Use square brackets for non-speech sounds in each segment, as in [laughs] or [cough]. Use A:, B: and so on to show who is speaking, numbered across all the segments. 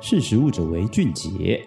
A: 识时务者为俊杰。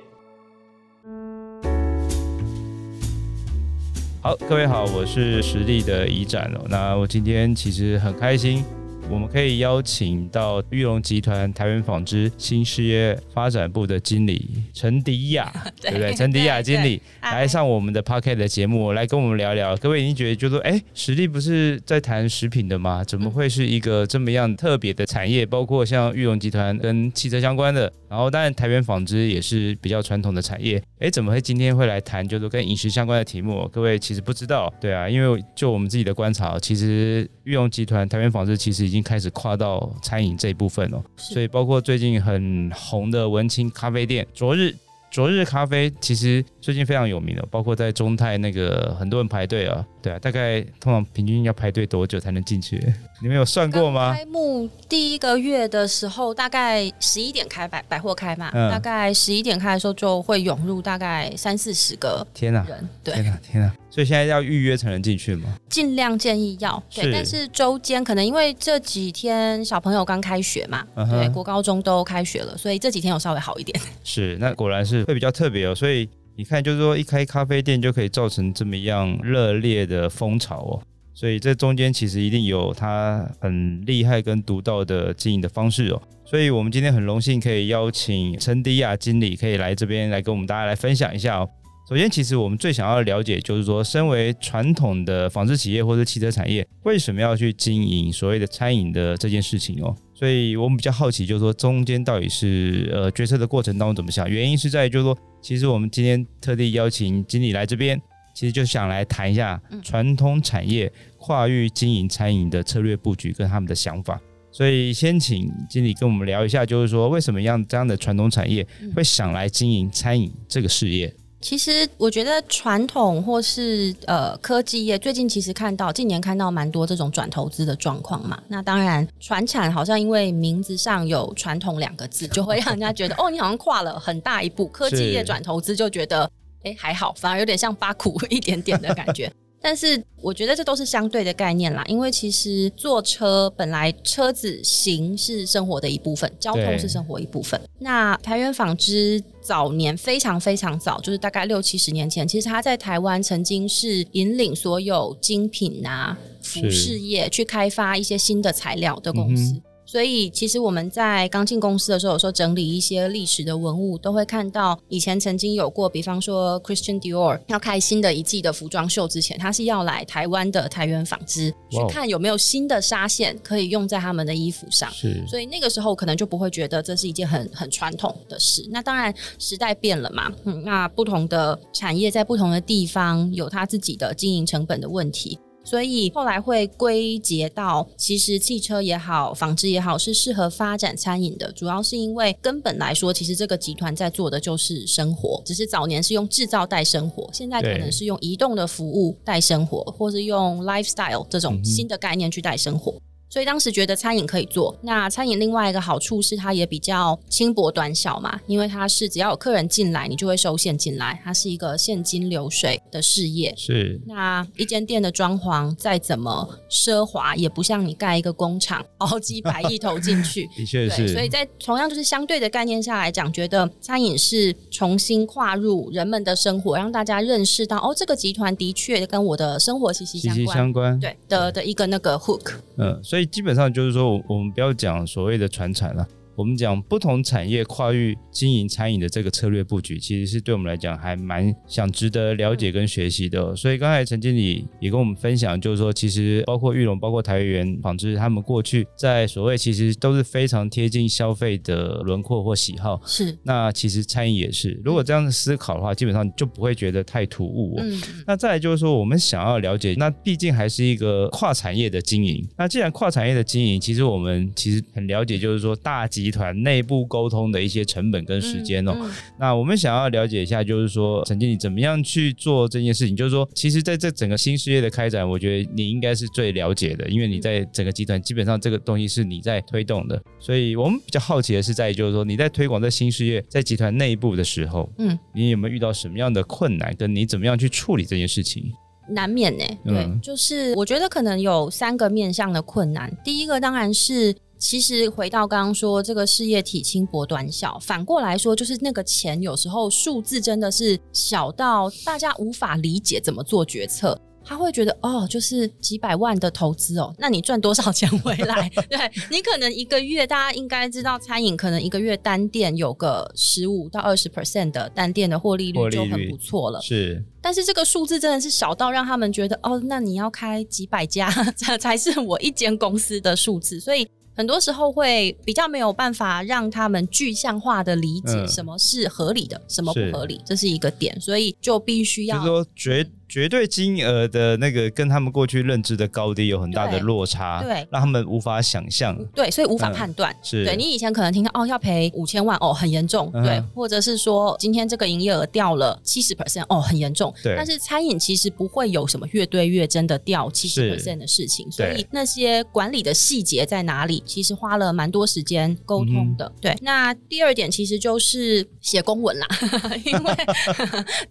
B: 好，各位好，我是实力的怡展哦。那我今天其实很开心，我们可以邀请到玉龙集团台湾纺织新事业发展部的经理陈迪亚，对不对？陈迪亚经理
C: 对
B: 来上我们的 p o c k e t 的节目，来跟我们聊聊。各位已经觉得就说，哎，实力不是在谈食品的吗？怎么会是一个这么样特别的产业？包括像玉龙集团跟汽车相关的，然后当然台湾纺织也是比较传统的产业。哎，怎么会今天会来谈就是跟饮食相关的题目？各位其实不知道，对啊，因为就我们自己的观察，其实玉龙集团台湾纺织其实已经开始跨到餐饮这一部分哦。
C: 是
B: 所以包括最近很红的文青咖啡店，昨日。昨日咖啡其实最近非常有名的，包括在中泰那个很多人排队啊，对啊，大概通常平均要排队多久才能进去？你们有算过吗？
C: 开幕第一个月的时候，大概十一点开百百货开嘛，
B: 嗯
C: 大概十一点开的时候就会涌入大概三四十个
B: 天哪、
C: 人，对
B: 天，哪、天哪、所以现在要预约才能进去吗？
C: 尽量建议要对，
B: 是
C: 但是周间可能因为这几天小朋友刚开学嘛，
B: 嗯哼
C: 对，国高中都开学了，所以这几天有稍微好一点。
B: 是，那果然是会比较特别哦。所以你看，就是说一开咖啡店就可以造成这么样热烈的风潮哦。所以这中间其实一定有它很厉害跟独到的经营的方式哦。所以我们今天很荣幸可以邀请陈迪亚经理可以来这边来跟我们大家来分享一下哦。首先，其实我们最想要了解就是说，身为传统的纺织企业或者汽车产业，为什么要去经营所谓的餐饮的这件事情哦？所以我们比较好奇，就是说中间到底是呃决策的过程当中怎么想？原因是在于就是说，其实我们今天特地邀请经理来这边，其实就想来谈一下
C: 嗯
B: 传统产业跨域经营餐饮的策略布局跟他们的想法。所以先请经理跟我们聊一下，就是说为什么样这样的传统产业
C: 嗯
B: 会想来经营餐饮这个事业？
C: 其实我觉得传统或是呃科技业，最近其实看到近年看到蛮多这种转投资的状况嘛。那当然，传产好像因为名字上有“传统”两个字，就会让人家觉得哦，你好像跨了很大一步。科技业转投资就觉得哎还好，反而有点像巴苦一点点的感觉。但是我觉得这都是相对的概念啦，因为其实坐车本来车子行是生活的一部分，交
B: 对
C: 通是生活一部
B: 嗯
C: 分。那台原纺织早年非常非常早，就是大概六七十年前，其实它在台湾曾经是引领所有精品啊、服
B: 是
C: 饰业去开发一些新的材料的公司。
B: 嗯
C: 所以，其实我们在刚进公司的时候，有时候整理一些历史的文物，都会看到以前曾经有过，比方说 Christian Dior 要开新的一季的服装秀之前，他是要来台湾的台原纺织去
B: 哇哦
C: 看有没有新的纱线可以用在他们的衣服上。
B: 是
C: 所以那个时候可能就不会觉得这是一件很很传统的事。那当然时代变了嘛，嗯，那不同的产业在不同的地方有它自己的经营成本的问题。所以后来会归结到，其实汽车也好，纺织也好，是适合发展餐饮的。主要是因为根本来说，其实这个集团在做的就是生活，只是早年是用制造带生活，现在可
B: 对
C: 能是用移动的服务带生活，或是用 lifestyle 这
B: 嗯
C: 种
B: 哼
C: 新的概念去带生活。所以当时觉得餐饮可以做。那餐饮另外一个好处是它也比较轻薄短小嘛，因为它是只要有客人进来，你就会收现进来，它是一个现金流水的事业。
B: 是，
C: 那一间店的装潢再怎么奢华，也不像你盖一个工厂，好几百亿投进去。
B: 的确 [laughs] 是，
C: 对，所以在同样就是相对的概念下来讲，觉得餐饮是重新跨入人们的生活，让大家认识到哦，这个集团的确跟我的生活息息
B: 息
C: 相
B: 息
C: 关。
B: 相关。
C: 对的的一个那个 hook，
B: 嗯，所以基本上就是说，我我们不要讲所谓的传产了、我们讲不同产业跨域经营餐饮的这个策略布局，其实是对我们来讲还蛮想值得了
C: 嗯
B: 解跟学习的哦、所以刚才陈经理也跟我们分享，就是说，其实包括玉龙、包括台原纺织，他们过去在所谓其实都是非常贴近消费的轮廓或喜好。
C: 是
B: 那其实餐饮也是，如果这样思考的话，基本上就不会觉得太突兀、哦。
C: 嗯，
B: 那再来就是说，我们想要了解，那毕竟还是一个跨产业的经营。那既然跨产业的经营，其实我们其实很了解，就是说大集团内部沟通的一些成本跟时间哦。
C: 嗯嗯
B: 那我们想要了解一下，就是说陈经理怎么样去做这件事情？就是说，其实在这整个新事业的开展，我觉得你应该是最了解的，因为你在整个集团基本上这个东西是你在推动的。所以我们比较好奇的是在于，就是说你在推广这新事业在集团内部的时候，
C: 嗯，
B: 你有没有遇到什么样的困难，跟你怎么样去处理这件事情？
C: 难免呢、对，
B: 嗯
C: 就是我觉得可能有三个面向的困难。第一个当然是其实回到刚刚说这个事业体轻薄短小，反过来说就是那个钱有时候数字真的是小到大家无法理解怎么做决策。他会觉得哦，就是几百万的投资哦，那你赚多少钱回
B: [laughs]
C: 来？对你可能一个月，大家应该知道，餐饮可能一个月单店有个十五到二十 percent 的单店的获利
B: 获
C: 率
B: 利
C: 就很
B: 率
C: 不错了。
B: 是
C: 但是这个数字真的是小到让他们觉得哦，那你要开几百家， [laughs] 这才是我一间公司的数字，所以。很多时候会比较没有办法让他们具象化的理解
B: 嗯
C: 什么是合理的，什么不
B: 是
C: 合理，这是一个点，所以就必须
B: 就
C: 要
B: 是说绝绝对金额的那个跟他们过去认知的高低有很大的
C: 对
B: 落差，
C: 对
B: 让他们无法想象。
C: 对，所以无法
B: 嗯
C: 判断。
B: 是
C: 对你以前可能听到哦要赔五千万哦很严重，
B: 嗯
C: 对，或者是说今天这个营业额掉了七十 percent 哦很严重，
B: 对
C: 但是餐饮其实不会有什么越堆越真的掉七十 percent 的事情，所以那些管理的细节在哪里，其实花了蛮多时间
B: 嗯
C: 沟通的。对，那第二点其实就是写公文啦， [laughs] 因为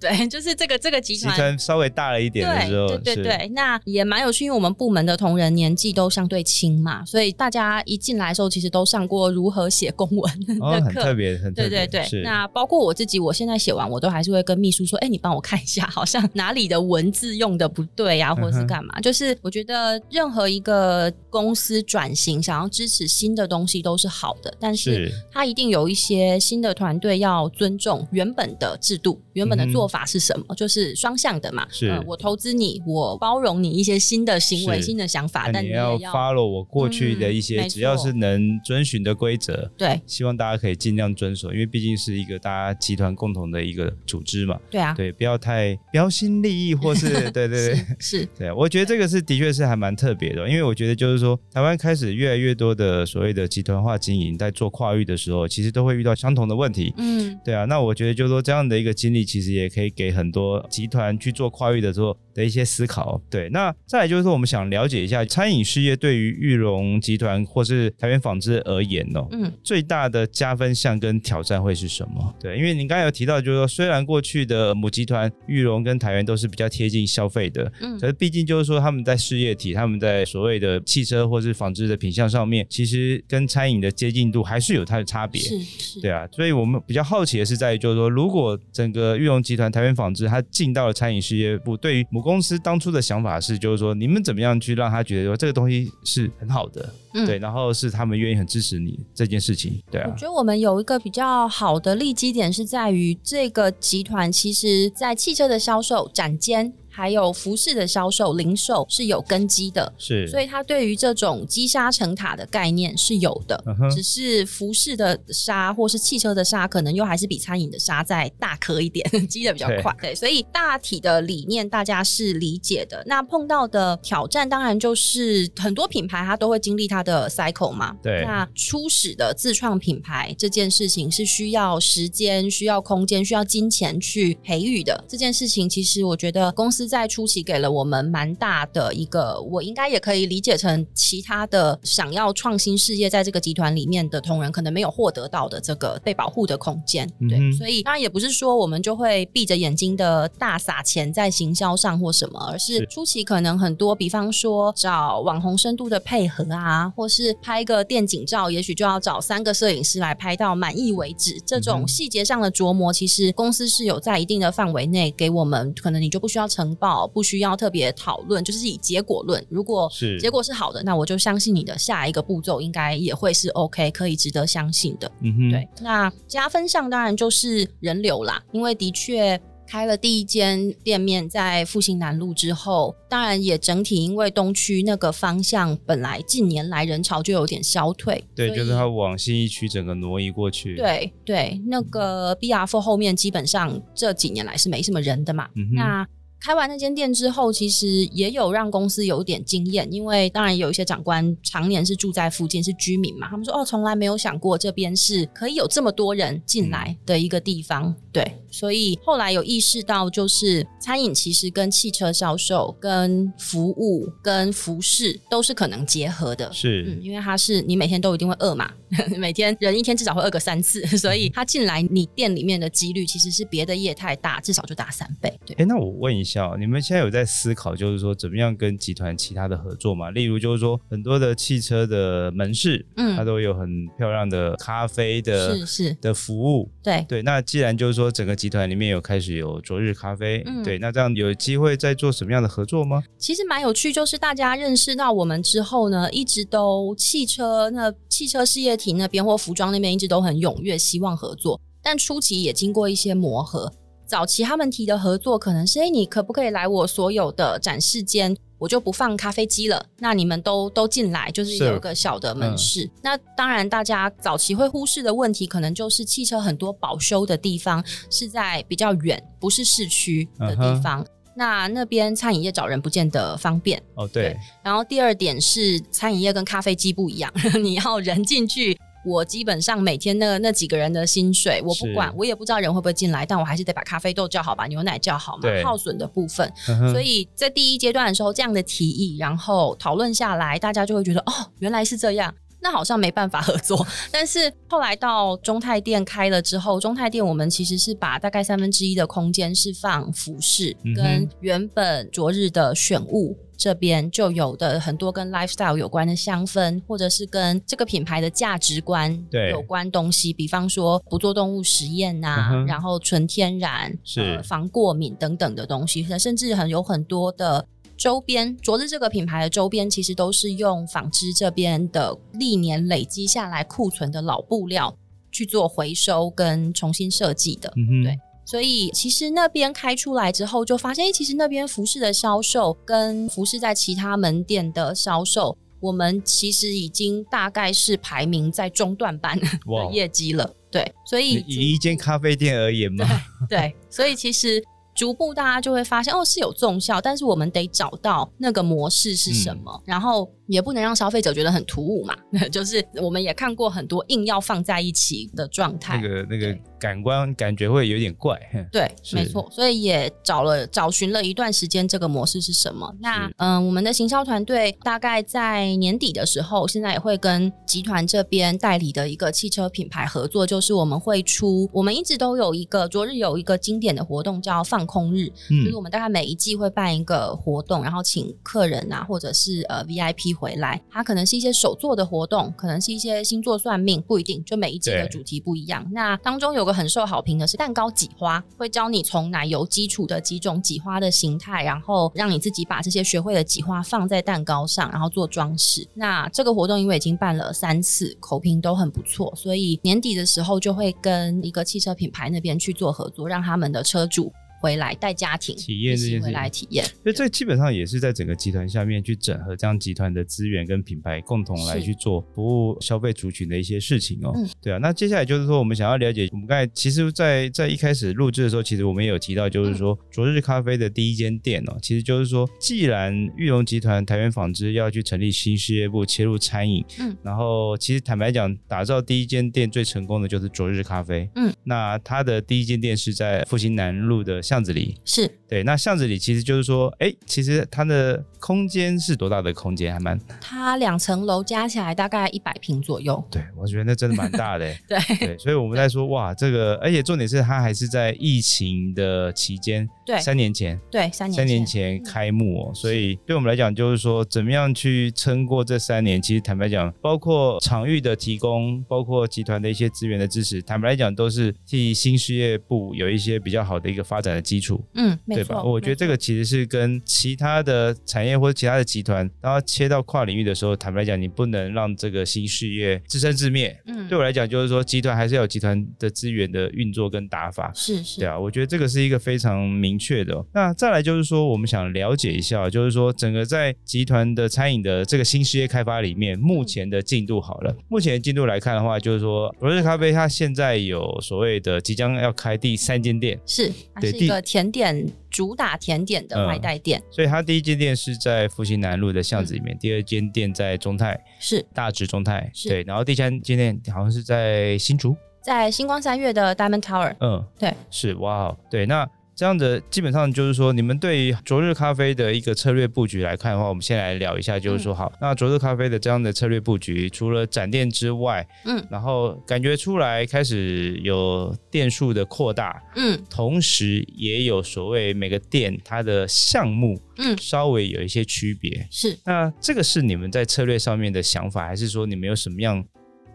C: 对，就是这个这个集
B: 集
C: 团
B: 团稍微大了一点的时候，
C: 对对
B: 是
C: 对对，那也蛮有趣，因为我们部门的同仁年纪都相对轻嘛，所以大家一进来的时候，其实都上过如何写公文
B: 哦，
C: 的
B: 很
C: 课。
B: 特别，很特
C: 对
B: 别，
C: 对对
B: 是，
C: 那包括我自己，我现在写完，我都还是会跟秘书说：“哎、你帮我看一下，好像哪里的文字用的不对呀、或者
B: 嗯
C: 是
B: 哼
C: 干嘛？”就是我觉得任何一个公司转型，想要支持新的东西都是好的，但是
B: 是
C: 它一定有一些新的团队要尊重原本的制度，原本的
B: 嗯
C: 做法是什么，就是双向的嘛。
B: 是
C: 呃我投资你，我包容你一些新的行为、
B: 是
C: 新的想法，
B: 那
C: 但
B: 你
C: 也
B: 要
C: 要
B: follow 我过去的一
C: 嗯
B: 些，
C: 没
B: 只要
C: 错
B: 是能遵循的规则，
C: 对
B: 希望大家可以尽量遵守，因为毕竟是一个大家集团共同的一个组织嘛，
C: 对啊，
B: 对，不要太标新立异，或是对对
C: [laughs]
B: 对。
C: 是
B: 对，我觉得这个是的确是还蛮特别的，因为我觉得就是说，台湾开始越来越多的所谓的集团化经营，在做跨域的时候，其实都会遇到相同的问题。
C: 嗯，
B: 对啊，那我觉得就是说这样的一个经历，其实也可以给很多集团去做跨域的时候的一些思考。对，那再来就是说，我们想了解一下餐饮事业对于玉龙集团或是台湾纺织而言哦，
C: 嗯，
B: 最大的加分项跟挑战会是什么？对，因为您刚才有提到，就是说虽然过去的母集团玉龙跟台湾都是比较贴近消费的，
C: 嗯
B: 可是毕竟就是说他们在事业体，他们在所谓的汽车或是纺织的品项上面，其实跟餐饮的接近度还是有它的差别。
C: 是是，
B: 对啊，所以我们比较好奇的是在于，就是说，如果整个玉龙集团台湾纺织它进到了餐饮事业部，对于母公司当初的想法是，就是说，你们怎么样去让他觉得说这个东西是很好的，
C: 嗯
B: 对，然后是他们愿意很支持你这件事情，对
C: 我
B: 啊
C: 觉，得我们有一个比较好的利基点是在于，这个集团其实在汽车的销售、展间，还有服饰的销售、零售是有根基的。
B: 是，
C: 所以它对于这种积沙成塔的概念是有的
B: 嗯哼
C: 只是服饰的沙或是汽车的沙，可能又还是比餐饮的沙再大颗一点， [laughs] 积的比较快。对，所以大体的理念大家是理解的。那碰到的挑战，当然就是很多品牌它都会经历它的 cycle 嘛。
B: 对
C: 那初始的自创品牌这件事情是需要时间、需要空间、需要金钱去培育的。这件事情其实我觉得公司在初期给了我们蛮大的一个，我应该也可以理解成其他的想要创新事业在这个集团里面的同仁可能没有获得到的这个被保护的空间。对，
B: 嗯哼
C: 所以当然也不是说我们就会闭着眼睛的大撒钱在行销上或什么，而是
B: 是
C: 初期可能很多，比方说找网红深度的配合啊，或是拍个电景照，也许就要找三个摄影师来拍到满意为止。这
B: 嗯
C: 种
B: 哼
C: 细节上的琢磨，其实公司是有在一定的范围内给我们，可能你就不需要呈报，不需要特别讨论，就是以结果论。如果
B: 是
C: 结果是好的，那我就相信你的下一个步骤应该也会是 OK，可以值得相信的。
B: 嗯哼，
C: 对，那加分项当然就是人流啦，因为的确。开了第一间店面在复兴南路之后，当然也整体因为东区那个方向本来近年来人潮就有点消退，
B: 对，
C: 所
B: 就是
C: 以
B: 他往新一区整个挪移过去，，
C: 对对，那个 B R Four 后面基本上这几年来是没什么人的嘛。
B: 嗯哼
C: 那开完那间店之后，其实也有让公司有点经验，因为当然有一些长官常年是住在附近，是居民嘛，他们说哦，从来没有想过这边是可以有这么多人
B: 嗯
C: 进来的一个地方。对，所以后来有意识到，就是餐饮其实跟汽车销售、跟服务、跟服饰都是可能结合的。嗯，
B: 是，
C: 因为它是你每天都一定会饿嘛， [laughs] 每天人一天至少会饿个三次， [laughs] 所以它进来你店里面的几率其实是别的业态大，至少就大三倍。对，
B: 哎，那我问一效，你们现在有在思考，就是说怎么样跟集团其他的合作嘛？例如就是说很多的汽车的门市，
C: 嗯
B: 它都有很漂亮的咖啡的
C: 是是，
B: 的服务。
C: 对，
B: 对，那既然就是说整个集团里面有开始有昨日咖啡，
C: 嗯
B: 对，那这样有机会再做什么样的合作吗？
C: 其实蛮有趣，就是大家认识到我们之后呢，一直都汽车那汽车事业体那边或服装那边一直都很踊跃，希望合作。但初期也经过一些磨合，早期他们提的合作可能是：哎，你可不可以来我所有的展示间？我就不放咖啡机了，那你们都都进来，就是
B: 是嗯
C: 有一个小的门市。那当然，大家早期会忽视的问题，可能就是汽车很多保修的地方是在比较远，不是市区
B: 嗯
C: 的地方。那那边餐饮业找人不见得方便。
B: 哦，对，
C: 然后第二点是，餐饮业跟咖啡机不一样， [laughs] 你要人进去。我基本上每天那那几个人的薪水，我不
B: 是
C: 管，我也不知道人会不会进来，但我还是得把咖啡豆叫好，把牛奶叫好嘛
B: 对。
C: 耗损的部分，所
B: 所
C: 以在第一阶段的时候，这样的提议，然后讨论下来，大家就会觉得哦，原来是这样。那好像没办法合作，但是后来到中泰店开了之后，中泰店我们其实是把大概三分之一的空间是放服饰，
B: 嗯哼
C: 跟原本昨日的选物这边就有的很多跟 lifestyle 有关的香氛，或者是跟这个品牌的价值观
B: 对
C: 有关东西，比方说不做动物实验呐、啊
B: 嗯哼
C: 然后纯天然、
B: 是
C: 呃防过敏等等的东西，甚至很有很多的周边。昨日这个品牌的周边其实都是用纺织这边的历年累积下来库存的老布料去做回收跟重新设计的。
B: 嗯哼，
C: 对所以其实那边开出来之后，就发现，哎、其实那边服饰的销售跟服饰在其他门店的销售，我们其实已经大概是排名在中段班
B: 哇哦
C: 的业绩了。对，所
B: 你
C: 以
B: 以一间咖啡店而言嘛，
C: [laughs] 对，所以其实逐步大家就会发现，哦，是有纵效，但是我们得找到那个模式是什
B: 嗯
C: 么，然后也不能让消费者觉得很突兀嘛。 [laughs] 就是我们也看过很多硬要放在一起的状态，
B: 那个那个
C: 对
B: 感官感觉会有点怪。哼
C: 对，
B: 是
C: 没错，所以也找了找寻了一段时间这个模式是什么。那
B: 是
C: 嗯、我们的行销团队大概在年底的时候，现在也会跟集团这边代理的一个汽车品牌合作，就是我们会出，我们一直都有一个昨日有一个经典的活动叫放空日，
B: 嗯
C: 就是我们大概每一季会办一个活动，然后请客人啊，或者是呃 VIP 回来，它可能是一些手作的活动，可能是一些星座算命，不一定，就每一季的
B: 对
C: 主题不一样。那当中有个很受好评的是蛋糕挤花，会教你从奶油基础的几种挤花的形态，然后让你自己把这些学会的挤花放在蛋糕上，然后做装饰。那这个活动因为已经办了三次，口评都很不错，所以年底的时候就会跟一个汽车品牌那边去做合作，让他们的车主。回来带家庭
B: 体验
C: 一
B: 这
C: 起
B: 件事
C: 回来
B: 情。
C: 体验。
B: 所以这基本上也是在整个集团下面去整合这样集团的资源跟品牌，共同来
C: 是
B: 去做服务消费族群的一些事情哦。
C: 嗯
B: 对啊，那接下来就是说，我们想要了解，我们刚才其实在，在一开始录制的时候，其实我们也有提到，
C: 嗯
B: 就是说、昨日咖啡的第一间店哦，其实就是说，既然玉龙集团台湾纺织要去成立新事业部，切入餐饮，
C: 嗯，
B: 然后其实坦白讲，打造第一间店最成功的就是昨日咖啡，
C: 嗯，
B: 那它的第一间店是在复兴南路的巷子里，
C: 是
B: 对，那巷子里其实就是说，哎，其实它的空间是多大的空间？还蛮
C: 它两层楼加起来大概一百平左右。。
B: 对，我觉得那真的蛮大的欸
C: [laughs] 对
B: 对，所以我们在说哇，这个，而且重点是它还是在疫情的期间，
C: 对
B: 三年前，
C: 对，三年
B: 三年
C: 前嗯
B: 前开幕哦，所以对我们来讲，就是说怎么样去撑过这三年。其实坦白讲，包括场域的提供，包括集团的一些资源的支持，坦白来讲，都是替新事业部有一些比较好的一个发展的基础。
C: 嗯，没
B: 对吧？
C: 错，
B: 我觉得
C: 没错
B: 这个其实是跟其他的产业或者其他的集团，当它切到跨领域的时候，坦白讲，你不能让这个新事业自生自灭。
C: 嗯
B: 对我来讲，就是说集团还是要有集团的资源的运作跟打法。
C: 是是
B: 对啊，我觉得这个是一个非常明确的哦、那再来就是说，我们想了解一下，就是说整个在集团的餐饮的这个新事业开发里面，目前的进度好
C: 嗯
B: 了。目前的进度来看的话，就是说罗氏咖啡它现在有所谓的即将要开第三间店，
C: 是，它
B: 对
C: 是
B: 第嗯
C: 一个甜点主打甜点的外带店，
B: 所以它第一间店是在复兴南路的巷子里面，第二间店在中泰
C: 是
B: 大直中泰，
C: 嗯是
B: 对，然后第三间店好像是在新竹，
C: 在星光三月的 Diamond Tower。
B: 嗯，
C: 对，
B: 是哇哦，对，那。这样的基本上就是说，你们对于昨日咖啡的一个策略布局来看的话，我们先来聊一下，就是
C: 嗯
B: 说，好，那昨日咖啡的这样的策略布局，除了展店之外，
C: 嗯，
B: 然后感觉出来开始有店数的扩大，
C: 嗯
B: 同时也有所谓每个店它的项目，
C: 嗯
B: 稍微有一些区别。
C: 是。
B: 那这个是你们在策略上面的想法，还是说你们有什么样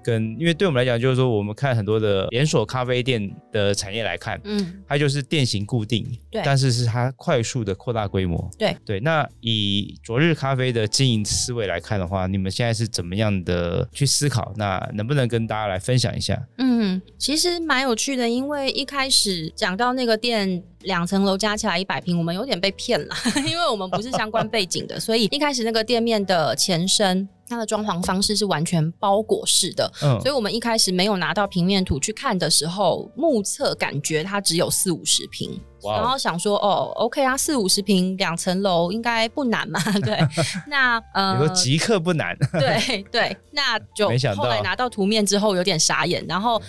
B: 跟？因为对我们来讲，就是说我们看很多的连锁咖啡店的产业来看，
C: 嗯，
B: 它就是店型固定，
C: 对
B: 但是是它快速的扩大规模，
C: 对
B: 对。那以昨日咖啡的经营思维来看的话，你们现在是怎么样的去思考？那能不能跟大家来分享一下？
C: 嗯，其实蛮有趣的，因为一开始讲到那个店两层楼加起来一百平，我们有点被骗了， [laughs] 因为我们不是相关背景的，所以一开始那个店面的前身，它的装潢方式是完全包裹式的，
B: 嗯
C: 所以我们一开始没有拿到平面图去看的时候，目测感觉它只有四五十平，
B: 哇哦
C: 然后想说哦，OK 啊，四五十平两层楼应该不
B: [laughs]
C: 难嘛，对，那呃
B: 你，说即刻不难， [laughs]
C: 对对，那就
B: 没想到
C: 后来拿到图面之后有点傻眼，然后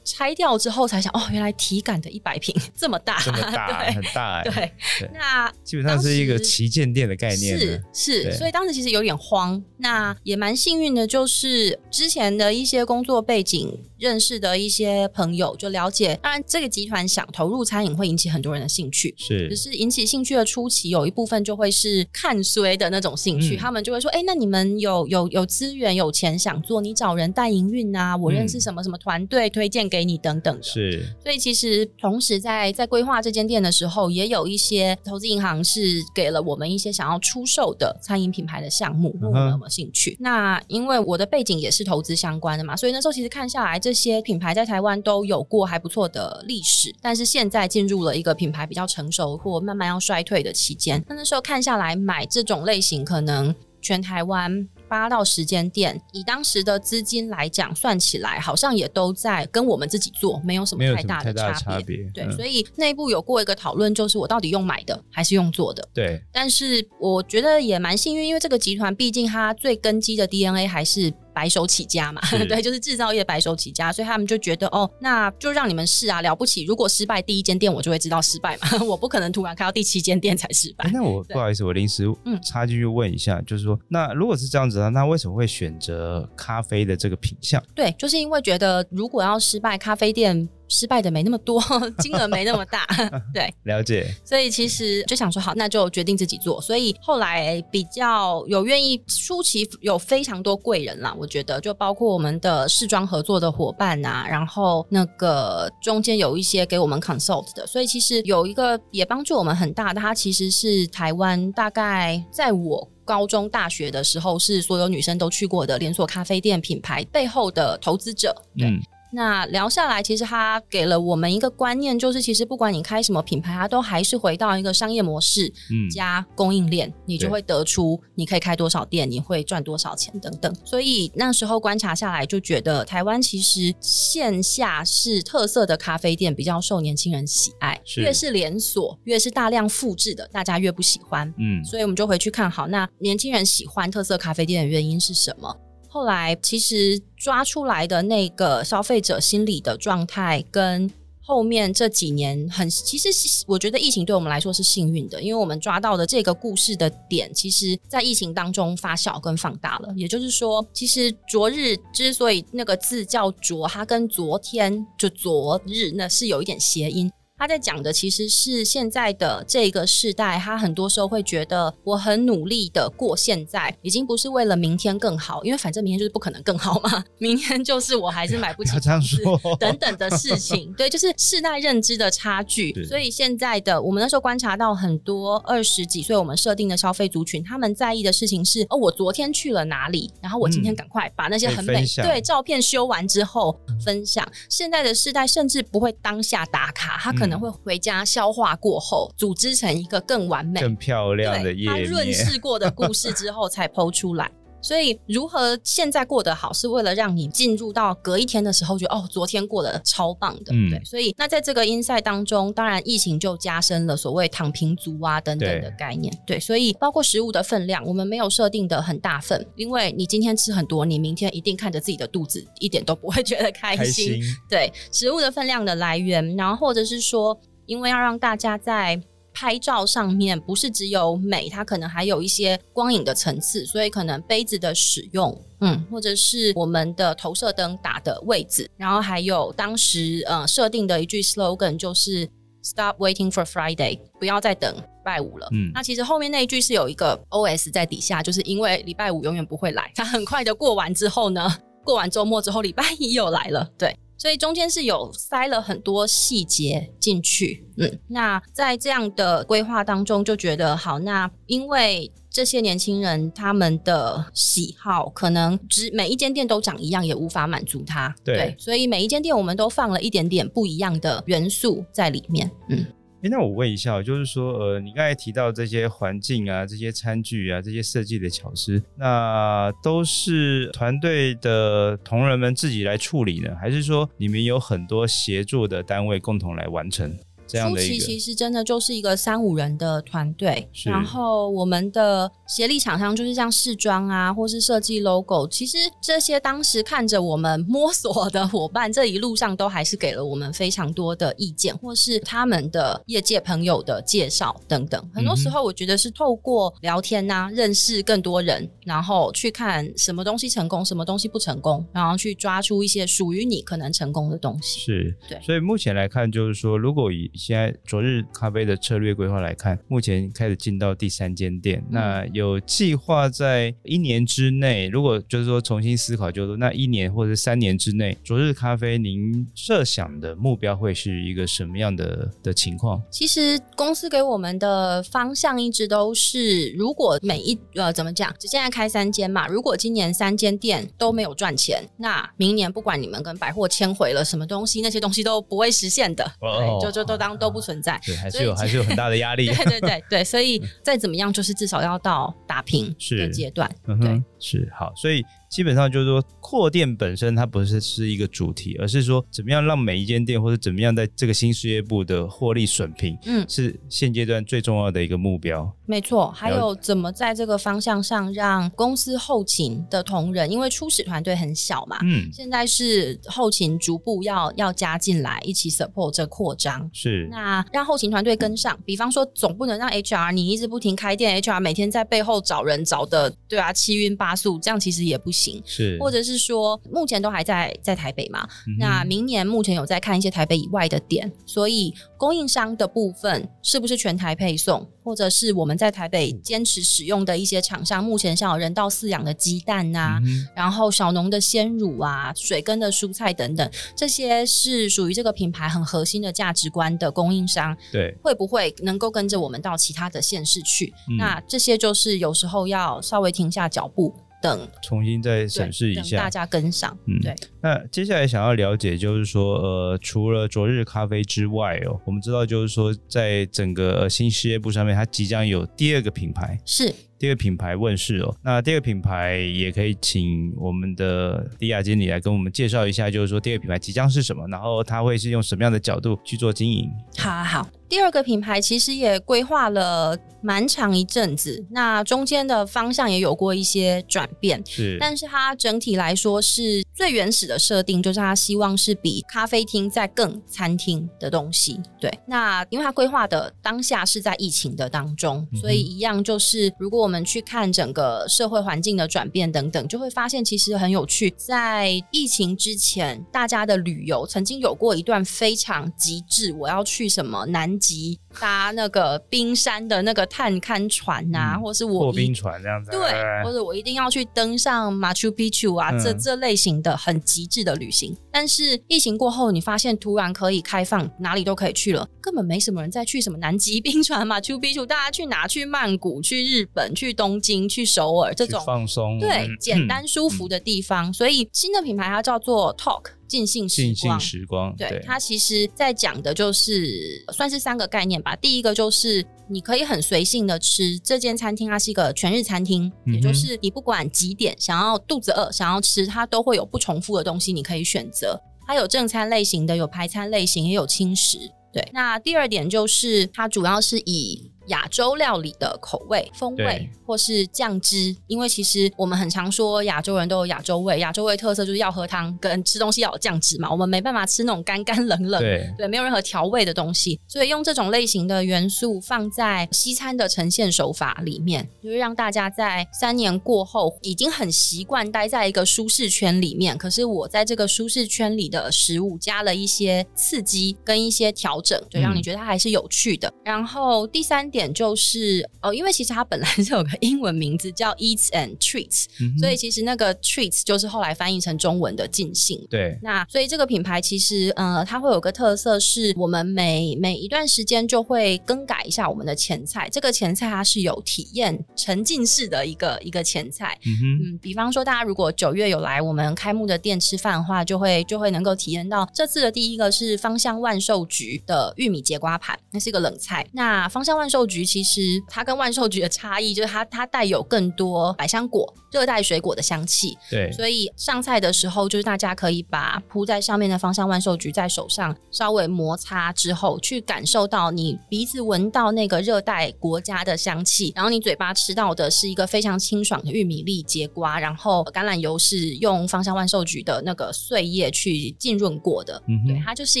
C: 拆掉之后才想，哦，原来体感的一百平这么大，
B: 这么大，
C: [laughs] 对
B: 很大、欸，
C: 对
B: 对，
C: 那
B: 基本上是一个旗舰店的概念呢。
C: 是是，
B: 对
C: 所以当时其实有点慌。那也蛮幸运的，就是之前的一些工作背景认识的一些朋友，就了解。当然，这个集团想投入餐饮，会引起很多人的兴趣。
B: 是
C: 只是引起兴趣的初期，有一部分就会是看衰的那种兴趣，
B: 嗯
C: 他们就会说：“哎、那你们有有有资源、有钱想做，你找人代营运啊，我认识
B: 嗯
C: 什么什么团队推荐给你等等的。”
B: 是，
C: 所以其实同时在在规划这间店的时候，也有一些投资银行是给了我们一些想要出售的餐饮品牌的项目，问
B: 嗯
C: 我
B: 哼
C: 们有没有兴趣。那因为我的背景也是投资相关的嘛，所以那时候其实看下来，这些品牌在台湾都有过还不错的历史，但是现在进入了一个品牌比较成熟或慢慢要衰退的期间。那那时候看下来，买这种类型可能全台湾八到十间店，以当时的资金来讲，算起来好像也都在跟我们自己做没有什
B: 没
C: 么
B: 有
C: 太
B: 什么
C: 大
B: 太
C: 的
B: 大的
C: 差
B: 差
C: 别。
B: 别。
C: 对，
B: 嗯
C: 所以内部有过一个讨论，就是我到底用买的还是用做的？
B: 对，
C: 但是我觉得也蛮幸运，因为这个集团毕竟它最根基的 DNA 还是白手起家嘛，
B: 是
C: [laughs] 对，就是制造业白手起家，所以他们就觉得哦，那就让你们试啊，了不起！如果失败第一间店，我就会知道失败嘛， [laughs] 我不可能突然开到第七间店才失败
B: 哎。那我
C: 对
B: 不好意思，我临时
C: 嗯
B: 插进去问一下，就是说，那如果是这样子的话，那为什么会选择咖啡的这个品相？
C: 对，就是因为觉得如果要失败，咖啡店失败的没那么多， [laughs] 金额没那么大，对，
B: 了解，
C: 所以其实就想说好，那就决定自己做。所以后来比较有愿意，舒淇有非常多贵人啦，我觉得就包括我们的试装合作的伙伴啊，然后那个中间有一些给我们 consult 的，所以其实有一个也帮助我们很大的，他其实是台湾大概在我。高中、大学的时候是所有女生都去过的连锁咖啡店品牌背后的投资者，对，
B: 嗯，
C: 那聊下来，其实他给了我们一个观念，就是其实不管你开什么品牌，它都还是回到一个商业模式
B: 嗯
C: 加供应链，你就
B: 对
C: 会得出你可以开多少店，你会赚多少钱等等。所以那时候观察下来，就觉得台湾其实线下是特色的咖啡店比较受年轻人喜爱，
B: 是
C: 越是连锁，越是大量复制的，大家越不喜欢。
B: 嗯，
C: 所以我们就回去看好，那年轻人喜欢特色咖啡店的原因是什么？后来其实抓出来的那个消费者心理的状态跟。后面这几年很，其实是我觉得疫情对我们来说是幸运的，因为我们抓到的这个故事的点，其实在疫情当中发酵跟放大了。也就是说，其实昨日之所以那个字叫昨，它跟昨天就昨日那是有一点谐音，他在讲的其实是现在的这个世代，他很多时候会觉得我很努力的过现在，已经不是为了明天更好，因为反正明天就是不可能更好嘛，明天就是我还是买不
B: 不
C: 起
B: 要这样
C: 房子
B: 说， [laughs]
C: 等等的事情，对，就是世代认知的差距。
B: 是
C: 所以现在的我们那时候观察到很多二十几岁我们设定的消费族群，他们在意的事情是：哦，我昨天去了哪里，然后我今天
B: 嗯
C: 赶快把那些
B: 可以
C: 很
B: 分
C: 美
B: 享嗯
C: 对照片修完之后分享。现在的世代甚至不会当下打卡，他可能
B: 嗯
C: 会回家消化过后，组织成一个更完美、
B: 更漂亮的
C: 对，
B: 页
C: 他润
B: 面，
C: 饰过的故事之后才剖出来。所以，如何现在过得好，是为了让你进入到隔一天的时候，觉得哦，昨天过得超棒的，
B: 嗯
C: 对。所以，那在这个 i 赛当中，当然疫情就加深了所谓躺平族啊等等的
B: 对
C: 概念，对。所以，包括食物的分量，我们没有设定的很大份，因为你今天吃很多，你明天一定看着自己的肚子，一点都不会觉得开
B: 开心，
C: 对食物的分量的来源，然后或者是说。因为要让大家在拍照上面不是只有美，它可能还有一些光影的层次，所以可能杯子的使用，嗯，或者是我们的投射灯打的位置，然后还有当时呃设定的一句 slogan 就是 “Stop waiting for Friday”，不要再等礼拜五了。
B: 嗯
C: 那其实后面那一句是有一个 OS 在底下，就是因为礼拜五永远不会来，它很快的过完之后呢，过完周末之后，礼拜一又来了，对。所以中间是有塞了很多细节进去，嗯，那在这样的规划当中，就觉得好，那因为这些年轻人他们的喜好，可能只每一间店都长一样，也无法满足他，
B: 对
C: 所以每一间店我们都放了一点点不一样的元素在里面，嗯，
B: 诶，那我问一下哦，就是说，呃，你刚才提到这些环境啊、这些餐具啊、这些设计的巧思，那都是团队的同仁们自己来处理呢，还是说你们有很多协作的单位共同来完成这样
C: 初
B: 的
C: 期
B: 一个？
C: 其实真的就是一个三五人的团队，
B: 是
C: 然后我们的协力厂商就是像试装啊，或是设计 logo，其实这些当时看着我们摸索的伙伴，这一路上都还是给了我们非常多的意见，或是他们的业界朋友的介绍等等。
B: 嗯
C: 很多时候，我觉得是透过聊天呐、认识更多人，然后去看什么东西成功，什么东西不成功，然后去抓出一些属于你可能成功的东西。
B: 是，
C: 对
B: 所以目前来看，就是说，如果以现在昨日咖啡的策略规划来看，目前开始进到第三间店，那
C: 嗯
B: 有计划在一年之内，如果就是说重新思考，就是说那一年或者三年之内，昨日咖啡您设想的目标会是一个什么样的的情况？
C: 其实公司给我们的方向一直都是，如果每一呃怎么讲，现在开三间嘛，如果今年三间店都没有赚钱，那明年不管你们跟百货签回了什么东西，那些东西都不会实现的，
B: 哦
C: 对，就就都当都不
B: [laughs]
C: 存在。
B: 对，还
C: 所
B: 是
C: 以
B: 有还是有很大的压力
C: 对。对对对，所以再怎么样，就是至少要到打平的
B: 嗯是
C: 阶段。
B: 嗯
C: 对
B: 哼，是好，所以基本上就是说，扩店本身它不是是一个主题，而是说怎么样让每一间店或者怎么样在这个新事业部的获利水平，
C: 嗯
B: 是现阶段最重要的一个目标。
C: 没错，还有怎么在这个方向上让公司后勤的同仁，因为初始团队很小嘛，
B: 嗯，
C: 现在是后勤逐步要要加进来，一起 support 这扩张。
B: 是，
C: 那让后勤团队跟上，比方说，总不能让 HR 你一直不停开店，HR 每天在背后找人找的，对啊，七晕八素，这样其实也不行。
B: 是，
C: 或者是说，目前都还在在台北嘛，
B: 嗯哼
C: 那明年目前有在看一些台北以外的点，所以供应商的部分是不是全台配送，或者是我们在台北坚持使用的一些厂商，目前像有人道饲养的鸡蛋啊呐、
B: 嗯哼
C: 然后小农的鲜乳啊、水根的蔬菜等等，这些是属于这个品牌很核心的价值观的供应商，
B: 对，
C: 会不会能够跟着我们到其他的县市去？
B: 嗯
C: 那这些就是有时候要稍微停下脚步，等
B: 重新再
C: 对
B: 审视一
C: 等
B: 下
C: 大。家跟上。
B: 嗯
C: 对，
B: 那接下来想要了解，就是说，呃，除了昨日咖啡之外哦，我们知道就是说，在整个呃新事业部上面，它即将有第二个品牌，
C: 是
B: 第二个品牌问世哦。那第二个品牌也可以请我们的迪亚经理来跟我们介绍一下，就是说第二个品牌即将是什么，然后它会是用什么样的角度去做经营？
C: 好好好，第二个品牌其实也规划了蛮长一阵子，那中间的方向也有过一些转变。
B: 是，
C: 但是它整体来说是最原始的设定，就是它希望是比咖啡厅在更餐厅的东西。对，那因为它规划的当下是在疫情的当中，
B: 嗯哼
C: 所以一样就是如果我们去看整个社会环境的转变等等，就会发现其实很有趣。在疫情之前，大家的旅游曾经有过一段非常极致，我要去什么南极搭那个冰山的那个探勘船啊，
B: 嗯
C: 或是
B: 破
C: 我一
B: 冰船这样子，哎
C: 对，或者我一定要去登上马丘比丘啊，
B: 嗯
C: 这这类型的很极致的旅行。但是疫情过后，你发现突然可以开放，哪里都可以去了，根本没什么人再去什么南极冰船、 [laughs] 马丘比丘，大家去哪？去曼谷、去日本、去东京、去首尔这
B: 去
C: 种
B: 放松，
C: 对
B: 嗯
C: 简单舒服的地方。所以新的品牌它叫做 Talk 尽兴时
B: 尽兴
C: 光。
B: 时光，
C: 对，它其实在讲的就是呃算是三个概念吧。第一个就是你可以很随性的吃这间餐厅，它是一个全日餐厅，
B: 嗯哼
C: 也就是你不管几点想要肚子饿想要吃，它都会有不重复的东西你可以选择。它有正餐类型的，有排餐类型，也有轻食。对，那第二点就是它主要是以亚洲料理的口味、风味
B: 对
C: 或是酱汁，因为其实我们很常说亚洲人都有亚洲味，亚洲味特色就是要喝汤跟吃东西要有酱汁嘛，我们没办法吃那种干干冷冷
B: 对
C: 对，没有任何调味的东西，所以用这种类型的元素放在西餐的呈现手法里面，就是让大家在三年过后已经很习惯待在一个舒适圈里面。可是我在这个舒适圈里的食物加了一些刺激跟一些调整，就让你
B: 嗯
C: 觉得它还是有趣的。然后第三点就是，哦，因为其实它本来是有个英文名字叫 Eats and Treats，、
B: 嗯哼
C: 所以其实那个 Treats 就是后来翻译成中文的尽兴。
B: 对
C: 那所以这个品牌其实呃，它会有个特色是，我们每每一段时间就会更改一下我们的前菜。这个前菜它是有体验沉浸式的一个一个前菜。
B: 嗯哼
C: 嗯，比方说，大家如果九月有来我们开幕的店吃饭的话，就会就会能够体验到这次的第一个是芳香万寿菊的玉米节瓜盘，那是一个冷菜。那芳香万寿菊其实它跟万寿菊的差异就是它它带有更多百香果、热带水果的香气，
B: 对
C: 所以上菜的时候，就是大家可以把铺在上面的芳香万寿菊在手上稍微摩擦之后，去感受到你鼻子闻到那个热带国家的香气，然后你嘴巴吃到的是一个非常清爽的玉米粒节瓜，然后橄榄油是用芳香万寿菊的那个碎叶去浸润过的。
B: 嗯
C: 对，
B: 哼
C: 它就是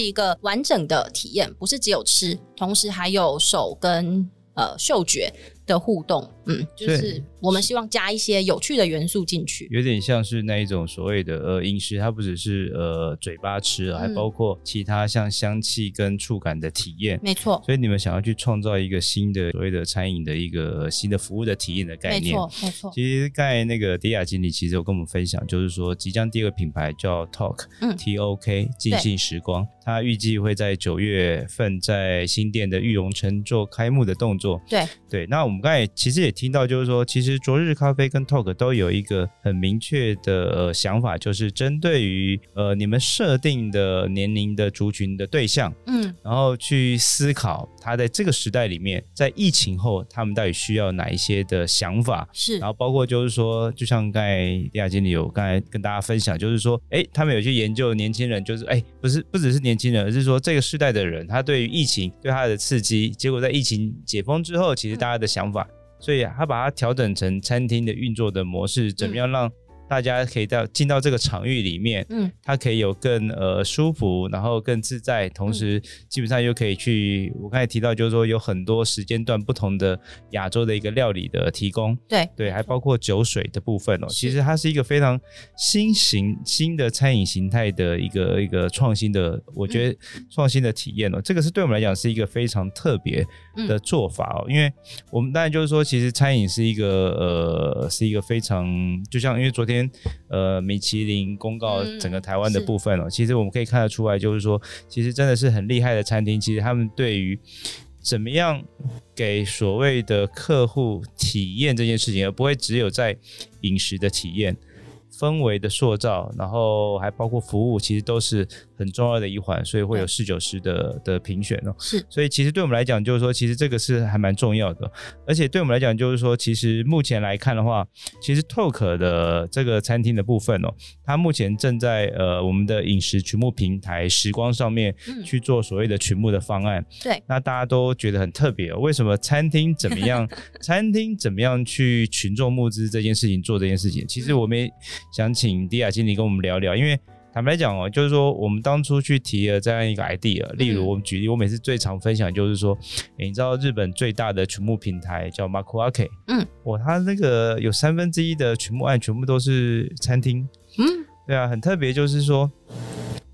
C: 一个完整的体验，不是只有吃，同时还有手跟呃嗅觉的互动。嗯，就是
B: 对
C: 我们希望加一些有趣的元素进去。
B: 有点像是那一种所谓的呃饮食，它不只是呃嘴巴吃了，还
C: 嗯
B: 包括其他像香气跟触感的体验。
C: 没错，
B: 所以你们想要去创造一个新的所谓的餐饮的一个呃新的服务的体验的概
C: 没
B: 念。
C: 错，没错。
B: 其实刚才那个迪亚经理其实有跟我们分享，就是说即将第二个品牌叫 Talk，
C: 嗯
B: ，T O K 尽兴时光，它预计会在九月份在新店的玉龙城做开幕的动作。
C: 对
B: 对，那我们刚才其实也听到，就是说其实昨日咖啡跟 Talk 都有一个很明确的呃想法，就是针对于呃你们设定的年龄的族群的对象。
C: 嗯，
B: 然后去思考他在这个时代里面，在疫情后他们到底需要哪一些的想法，
C: 是
B: 然，后包括就是说，就像刚才李亚经理有刚才跟大家分享，就是说，哎，他们有去研究年轻人，就是哎，不是不只是年轻人，而是说这个世代的人，他对于疫情对他的刺激，结果在疫情解封之后，其实大家的想法，所以他把它调整成餐厅的运作的模式，怎么样让大家可以到进到这个场域里面，
C: 嗯，
B: 它可以有更呃舒服，然后更自在，
C: 嗯
B: 同时基本上又可以去，我刚才提到就是说有很多时间段不同的亚洲的一个料理的提供，
C: 对
B: 对，还
C: 没错
B: 包括酒水的部分哦。
C: 是
B: 其实它是一个非常新型新的餐饮形态的一个一个创新的，我觉得
C: 嗯
B: 创新的体验哦，这个是对我们来讲是一个非常特别
C: 嗯
B: 的做法哦，因为我们当然就是说，其实餐饮是一个呃，是一个非常就像因为昨天呃，米其林公告
C: 嗯
B: 整个台湾的
C: 是
B: 部分哦，其实我们可以看得出来，就是说，其实真的是很厉害的餐厅，其实他们对于怎么样给所谓的客户体验这件事情，而不会只有在饮食的体验。氛围的塑造，然后还包括服务，其实都是很重要的一环，所以会有
C: 对
B: 侍酒师的的评选哦。
C: 是，
B: 所以其实对我们来讲，就是说，其实这个是还蛮重要的。而且对我们来讲，就是说，其实目前来看的话，其实 Talk 的这个餐厅的部分哦，它目前正在呃我们的饮食曲目平台时光上面
C: 嗯
B: 去做所谓的曲目的方案。
C: 对，
B: 那大家都觉得很特别、哦，为什么餐厅怎么
C: [laughs]
B: 样？餐厅怎么样去群众募资这件事情做这件事情？其实我们也想请迪亚经理跟我们聊聊，因为。坦白讲哦，就是说我们当初去提了这样一个 idea，例
C: 嗯
B: 如我们举例，我每次最常分享就是说，诶你知道日本最大的群募平台叫 Makuake，
C: 嗯，
B: 哇，它那个有三分之一的群募案全部都是餐厅，
C: 嗯，
B: 对啊，很特别，就是说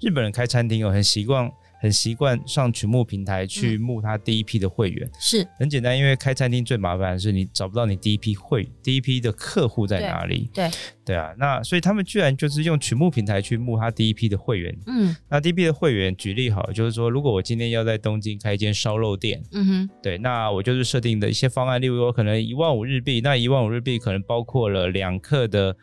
B: 日本人开餐厅哦，很习惯，很习惯上群募平台
C: 嗯
B: 去募他第一批的会员。
C: 是
B: 很简单，因为开餐厅最麻烦的是你找不到你第一批会第一批的客户在哪里。
C: 对，
B: 对啊，那所以他们居然就是用群募平台去募他第一批的会员。
C: 嗯
B: 那第一批的会员，举例好了，就是说，如果我今天要在东京开一间烧肉店，
C: 嗯哼，
B: 对，那我就是设定的一些方案，例如我可能一万五日币，那一万五日币可能包括了两克的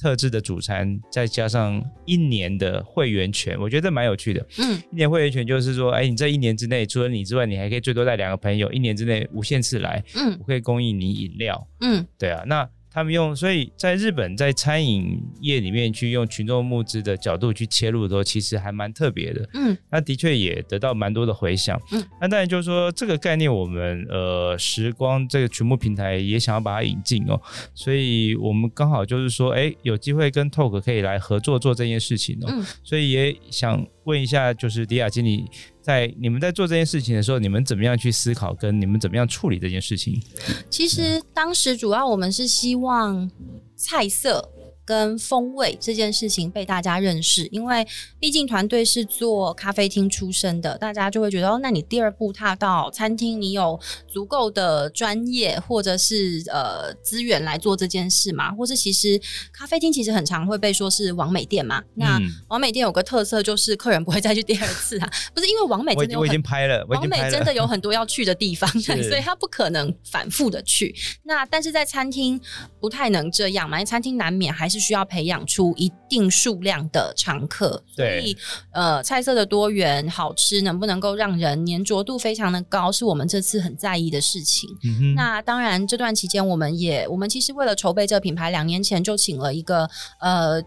B: 特制的主餐，再加上一年的会员权，我觉得蛮有趣的。
C: 嗯
B: 一年会员权就是说，哎，你这一年之内，除了你之外，你还可以最多带两个朋友，一年之内无限次来，
C: 嗯
B: 我可以供应你饮料。
C: 嗯，
B: 对啊，那他们用，所以在日本在餐饮业里面去用群众募资的角度去切入的时候，其实还蛮特别的。
C: 嗯，
B: 那的确也得到蛮多的回响。
C: 嗯，
B: 那当然就是说这个概念，我们呃时光这个群募平台也想要把它引进哦，所以我们刚好就是说，哎，有机会跟 Talk 可以来合作做这件事情哦。
C: 嗯
B: 所以也想问一下，就是迪亚经理。在你们在做这件事情的时候，你们怎么样去思考，跟你们怎么样处理这件事情？
C: 其实当时主要我们是希望菜色跟风味这件事情被大家认识，因为毕竟团队是做咖啡厅出身的，大家就会觉得哦，那你第二步踏到餐厅，你有足够的专业或者是呃资源来做这件事嘛？或是其实咖啡厅其实很常会被说是王美店嘛，那。
B: 嗯
C: 王美店有个特色就是客人不会再去第二次
B: [laughs]
C: 啊，不是因为王美
B: 我
C: 真
B: 已
C: 的
B: 经
C: 有
B: 我已
C: 很
B: 经拍了，我已
C: 完
B: 经
C: 美
B: 拍
C: 真
B: 了。
C: 的有很多要去的地方，对，
B: 是
C: 所以他不可能反复的去。那但是在餐厅不太能这样嘛，因为餐厅难免还是需要培养出一定数量的常客，所
B: 对
C: 以呃，菜色的多元、好吃，能不能够让人粘着度非常的高，是我们这次很在意的事情。
B: 嗯哼
C: 那当然，这段期间我们也，我们其实为了筹备这个品牌，两年前就请了一个呃。嗯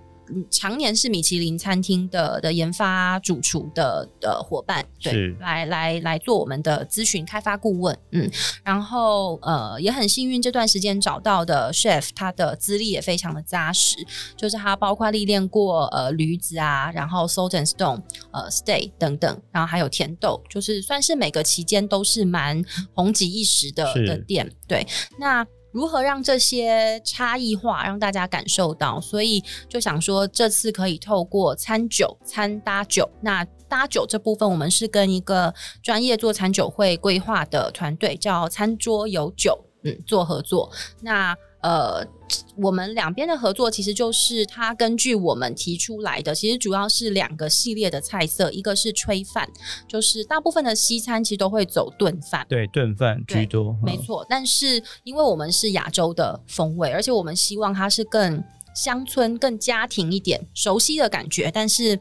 C: 常年是米其林餐厅的的研发主厨的的伙伴，对
B: 是，
C: 来来来做我们的咨询开发顾问，嗯，然后呃也很幸运这段时间找到的 chef，他的资历也非常的扎实，就是他包括历练过呃驴子啊，然后 Salt and Stone 呃 Stay 等等，然后还有甜豆，就是算是每个期间都是蛮红极一时的
B: 是
C: 的店。对，那如何让这些差异化让大家感受到？所以就想说，这次可以透过餐酒、餐搭酒，那。搭酒这部分，我们是跟一个专业做餐酒会规划的团队，叫餐桌有酒，嗯，做合作。那呃，我们两边的合作其实就是它根据我们提出来的，其实主要是两个系列的菜色，一个是炊饭，就是大部分的西餐其实都会走炖饭。
B: 对炖饭居多，
C: 没
B: 嗯，
C: 错，但是因为我们是亚洲的风味，而且我们希望它是更乡村、更家庭一点、熟悉的感觉，但是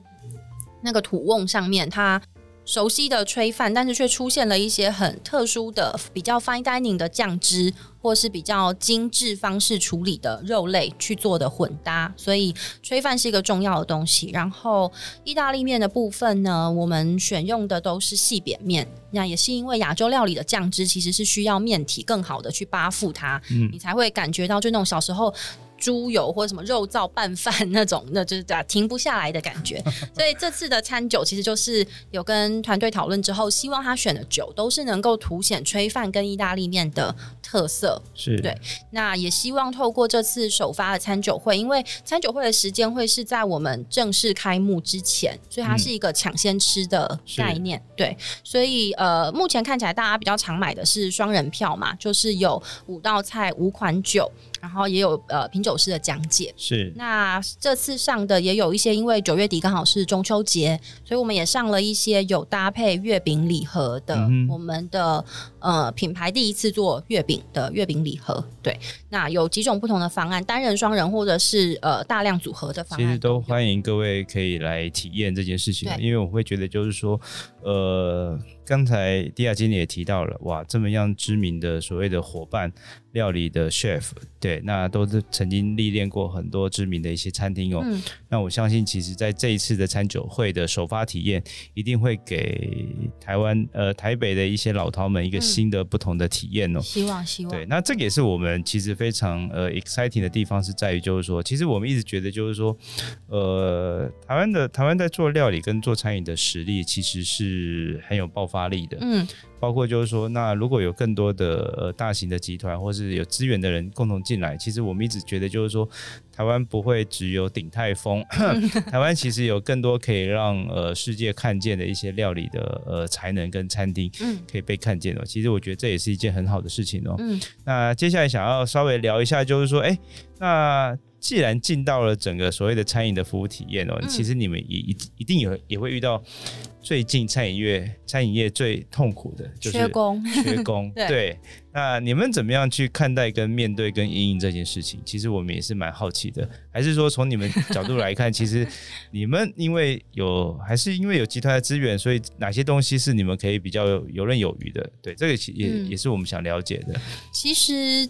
C: 那个土瓮上面它。熟悉的炊饭，但是却出现了一些很特殊的、比较 fine dining 的酱汁，或是比较精致方式处理的肉类去做的混搭，所以炊饭是一个重要的东西。然后意大利面的部分呢，我们选用的都是细扁面，那也是因为亚洲料理的酱汁其实是需要面体更好的去扒附它，
B: 嗯
C: 你才会感觉到就那种小时候。猪油或者什么肉燥拌饭 [laughs] 那种，那就是啊停不下来的感觉。所以这次的餐酒其实就是有跟团队讨论之后，希望他选的酒都是能够凸显炊饭跟意大利面的特色，
B: 是
C: 对那也希望透过这次首发的餐酒会，因为餐酒会的时间会是在我们正式开幕之前，所以它是一个抢先吃的概念。对，所以呃，目前看起来大家比较常买的是双人票嘛，就是有五道菜、五款酒，然后也有呃品酒师的讲解。
B: 是
C: 那这次上的也有一些，因为九月底刚好是中秋节，所以我们也上了一些有搭配月饼礼盒的，
B: 嗯哼
C: 我们的呃品牌第一次做月饼的月饼礼盒。对，那有几种不同的方案，单人、双人或者是呃大量组合的方
B: 其
C: 案。
B: 实都欢迎各位可以来体验这件事情，啊
C: 对
B: 因为我会觉得就是说，呃，刚才迪亚经理也提到了，哇，这么样知名的所谓的伙伴料理的 chef，对，那都是曾经历练过很多知名的一些餐厅哦。
C: 嗯，
B: 那我相信，其实在这一次的餐酒会的首发体验，一定会给台湾呃台北的一些老饕们一个
C: 嗯
B: 新的不同的体验哦。
C: 希望希望
B: 对，那这个也是我们其实非常呃 exciting 的地方，是在于就是说，其实我们一直觉得就是说，呃，台湾的台湾在做料理跟做餐饮的实力其实是很有爆发力的，
C: 嗯
B: 包括就是说，那如果有更多的呃大型的集团或是有资源的人共同进来，其实我们一直觉得就是说，台湾不会只有鼎泰丰， [laughs] 台湾其实有更多可以让呃世界看见的一些料理的呃才能跟餐厅
C: 嗯
B: 可以被看见哦。其实我觉得这也是一件很好的事情哦。
C: 嗯
B: 那接下来想要稍微聊一下，就是说，哎、那既然进到了整个所谓的餐饮的服务体验哦，
C: 嗯
B: 其实你们也一一定有也会遇到最近餐饮业餐饮业最痛苦的就是
C: 缺工。
B: 缺
C: [laughs]
B: 工
C: 对
B: 对，那你们怎么样去看待、跟面对、跟阴影这件事情？其实我们也是蛮好奇的，还是说从你们角度来看，其实你们因为有还是因为有集团的资源，所以哪些东西是你们可以比较游刃有余的？对，这个其也、
C: 嗯
B: 也是我们想了解的。
C: 其实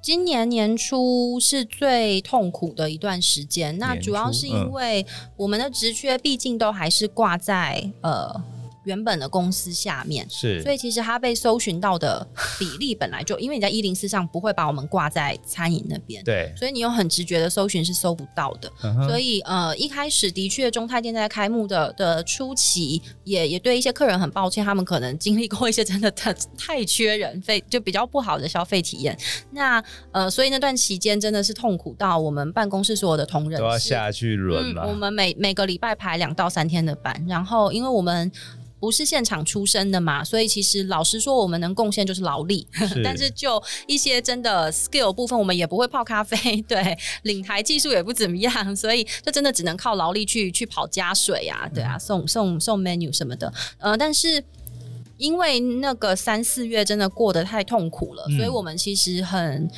C: 今年年初是最痛苦的一段时间，那
B: 年
C: 主要
B: 初
C: 是
B: 嗯
C: 因为我们的职缺毕竟都还是挂在呃原本的公司下面，
B: 是，
C: 所以其实它被搜寻到的比例本来就，因为你在一零四上不会把我们挂在餐饮那边，
B: 对，
C: 所以你用很直觉的搜寻是搜不到的。
B: 嗯哼
C: 所以呃，一开始的确，中泰店在开幕的的初期，也也对一些客人很抱歉，他们可能经历过一些真的太太缺人费，就比较不好的消费体验。那呃，所以那段期间真的是痛苦到我们办公室所有的同仁
B: 都要
C: 是
B: 下去轮嘛
C: 嗯。我，们每每个礼拜排两到三天的班，然后因为我们。不是现场出身的嘛，所以其实老实说，我们能贡献就是劳力，但是就一些真的 skill 部分，我们也不会泡咖啡， [laughs] 对，领台技术也不怎么样，所以就真的只能靠劳力去去跑加水啊，对啊，送送送 menu 什么的，呃，但是。因为那个三四月真的过得太痛苦了，
B: 嗯
C: 所以我们其实很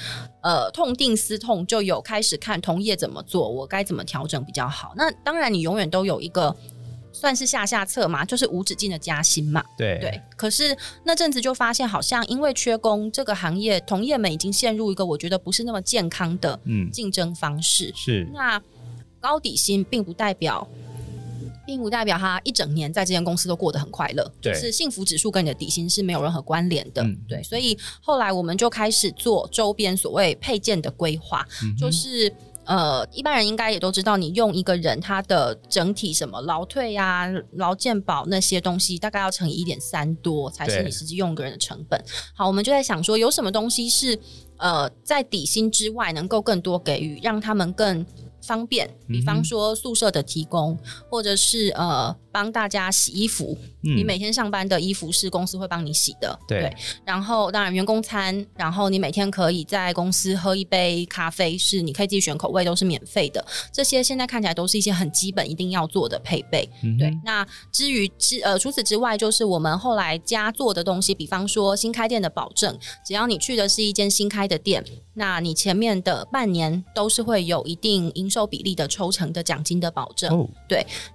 C: 呃痛定思痛，就有开始看同业怎么做，我该怎么调整比较好。那当然，你永远都有一个算是下下策嘛，就是无止境的加薪嘛。
B: 对
C: 对，可是那阵子就发现，好像因为缺工，这个行业同业们已经陷入一个我觉得不是那么健康的
B: 嗯
C: 竞争方式。
B: 是
C: 那高底薪并不代表，并不代表他一整年在这间公司都过得很快乐，
B: 对
C: 就是幸福指数跟你的底薪是没有任何关联的。
B: 嗯
C: 对，所以后来我们就开始做周边所谓配件的规划，就是。呃，一般人应该也都知道，你用一个人他的整体什么劳退呀、劳健保那些东西，大概要乘以一点三多，才是
B: 对
C: 你实际用一个人的成本。好，我们就在想说，有什么东西是呃在底薪之外能够更多给予，让他们更方便，比
B: 嗯
C: 方
B: 哼
C: 说宿舍的提供，或者是呃帮大家洗衣服，
B: 嗯
C: 你每天上班的衣服是公司会帮你洗的，
B: 对
C: 然后当然员工餐，然后你每天可以在公司喝一杯咖啡，是你可以自己选口味，都是免费的。这些现在看起来都是一些很基本一定要做的配备。
B: 嗯哼
C: 对，那至于之呃除此之外，就是我们后来加做的东西，比方说新开店的保证，只要你去的是一间新开的店，那你前面的半年都是会有一定营收比例的抽成的奖金的保证。
B: 哦，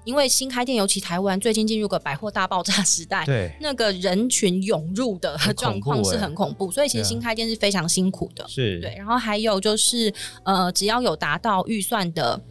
C: 因为新开店，尤其台湾最近进入个百货大爆炸时代，
B: 对
C: 那个人群涌入的
B: 很恐
C: [laughs] 状
B: 怖
C: 况是
B: 欸
C: 很恐怖，所以其
B: 对
C: 实
B: 啊
C: 新开店是非常辛苦的。
B: 是，
C: 对，然后还有就是，呃，只要有达到预算的。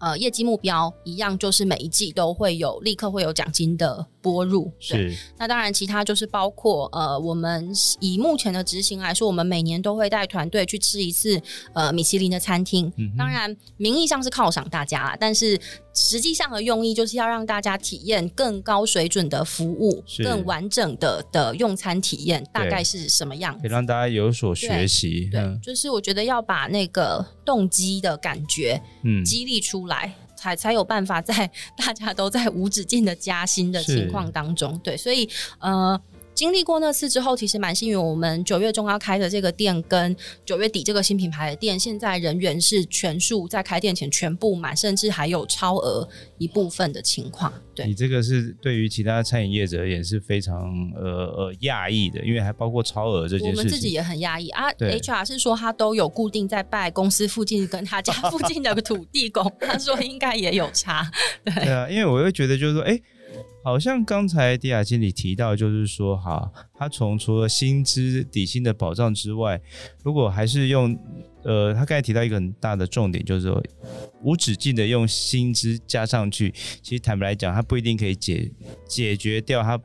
C: 呃，业绩目标一样，就是每一季都会有立刻会有奖金的拨入。对，
B: 是
C: 那当然其他就是包括呃，我们以目前的执行来说，我们每年都会带团队去吃一次呃米其林的餐厅。
B: 嗯哼
C: 当然，名义上是犒赏大家啦，但是实际上的用意就是要让大家体验更高水准的服务，
B: 是
C: 更完整的的用餐体验，大
B: 对
C: 概是什么样
B: 可以
C: 子？
B: 让大家有所学习，嗯
C: 对，就是我觉得要把那个动机的感觉
B: 嗯，
C: 激励出来，才才有办法在大家都在无止境的加薪的
B: 是
C: 情况当中，对，所以呃。经历过那次之后，其实蛮幸运。我们九月中要开的这个店，跟九月底这个新品牌的店，现在人员是全数在开店前全部满，甚至还有超额一部分的情况。对，
B: 你这个是对于其他餐饮业者而言是非常呃呃讶异的，因为还包括超额这
C: 我
B: 件
C: 们
B: 事
C: 自己
B: 情。
C: 也很压抑啊。
B: 对
C: HR 是说他都有固定在拜公司附近跟他家附近的土地公， [laughs] 他说应该也有差。
B: 对啊，因为我会觉得就是说，哎，好像刚才迪亚经理提到，就是说哈，他从除了薪资底薪的保障之外，如果还是用呃，他刚才提到一个很大的重点，就是说无止境的用薪资加上去，其实坦白来讲，它不一定可以解解决掉他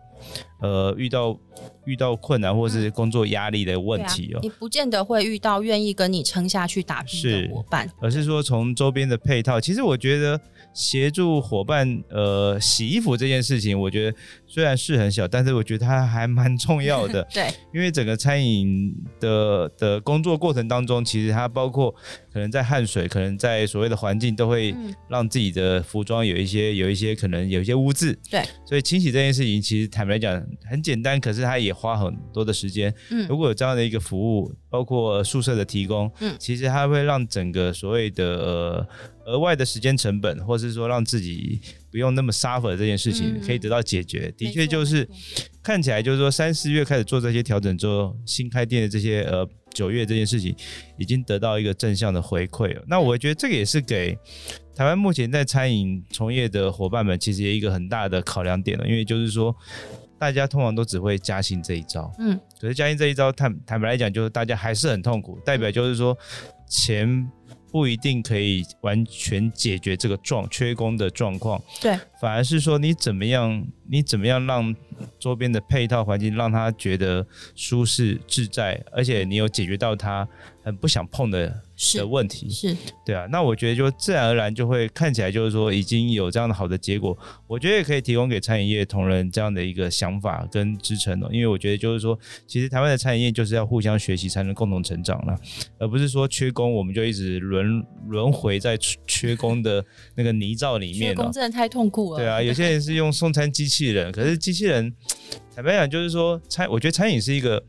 B: 呃遇到遇到困难或
C: 啊
B: 是工作压力的问题哦、
C: 对啊你不见得会遇到愿意跟你撑下去打拼
B: 是
C: 的伙伴。，
B: 而是说从周边的配套。其实我觉得协助伙伴呃洗衣服这件事情，我觉得虽然是很小，但是我觉得它还蛮重要的
C: [laughs] 对，
B: 因为整个餐饮的的工作过程当中，其实它包括可能在汗水，可能在所谓的环境，都会
C: 嗯
B: 让自己的服装有一些有一些可能有一些污渍。
C: 对，
B: 所以清洗这件事情，其实坦白讲很简单，可是它也花很多的时间。如
C: 嗯，
B: 果有这样的一个服务，包括宿舍的提供，
C: 嗯
B: 其实它会让整个所谓的呃额外的时间成本，或是说让自己不用那么 suffer 这件事情，
C: 嗯
B: 可以得到解决。的确就
C: 没
B: 是
C: 错
B: 看起来就是说三四月开始做这些调整之后，新开店的这些呃九月这件事情已经得到一个正向的回馈了。
C: 嗯
B: 那我觉得这个也是给。台湾目前在餐饮从业的伙伴们，其实也一个很大的考量点了，因为就是说，大家通常都只会加薪这一招。
C: 嗯，
B: 可是加薪这一招，坦坦白来讲，就是大家还是很痛苦，代表就是说钱不一定可以完全解决这个状缺工的状况，
C: 对，
B: 反而是说你怎么样，你怎么样让周边的配套环境让他觉得舒适自在，而且你有解决到他很不想碰的
C: 是
B: 的问题。
C: 是，
B: 对啊，那我觉得就自然而然就会看起来就是说已经有这样的好的结果，我觉得也可以提供给餐饮业同仁这样的一个想法跟支撑哦，因为我觉得就是说，其实台湾的餐饮业就是要互相学习才能共同成长啦，而不是说缺工我们就一直轮轮回在缺缺工的那个泥沼里
C: 缺
B: 面哦
C: 工。真的太痛苦了。
B: 对啊，有些人是用送餐机器人，可是机器人，坦白讲就是说餐，我觉得餐饮是一个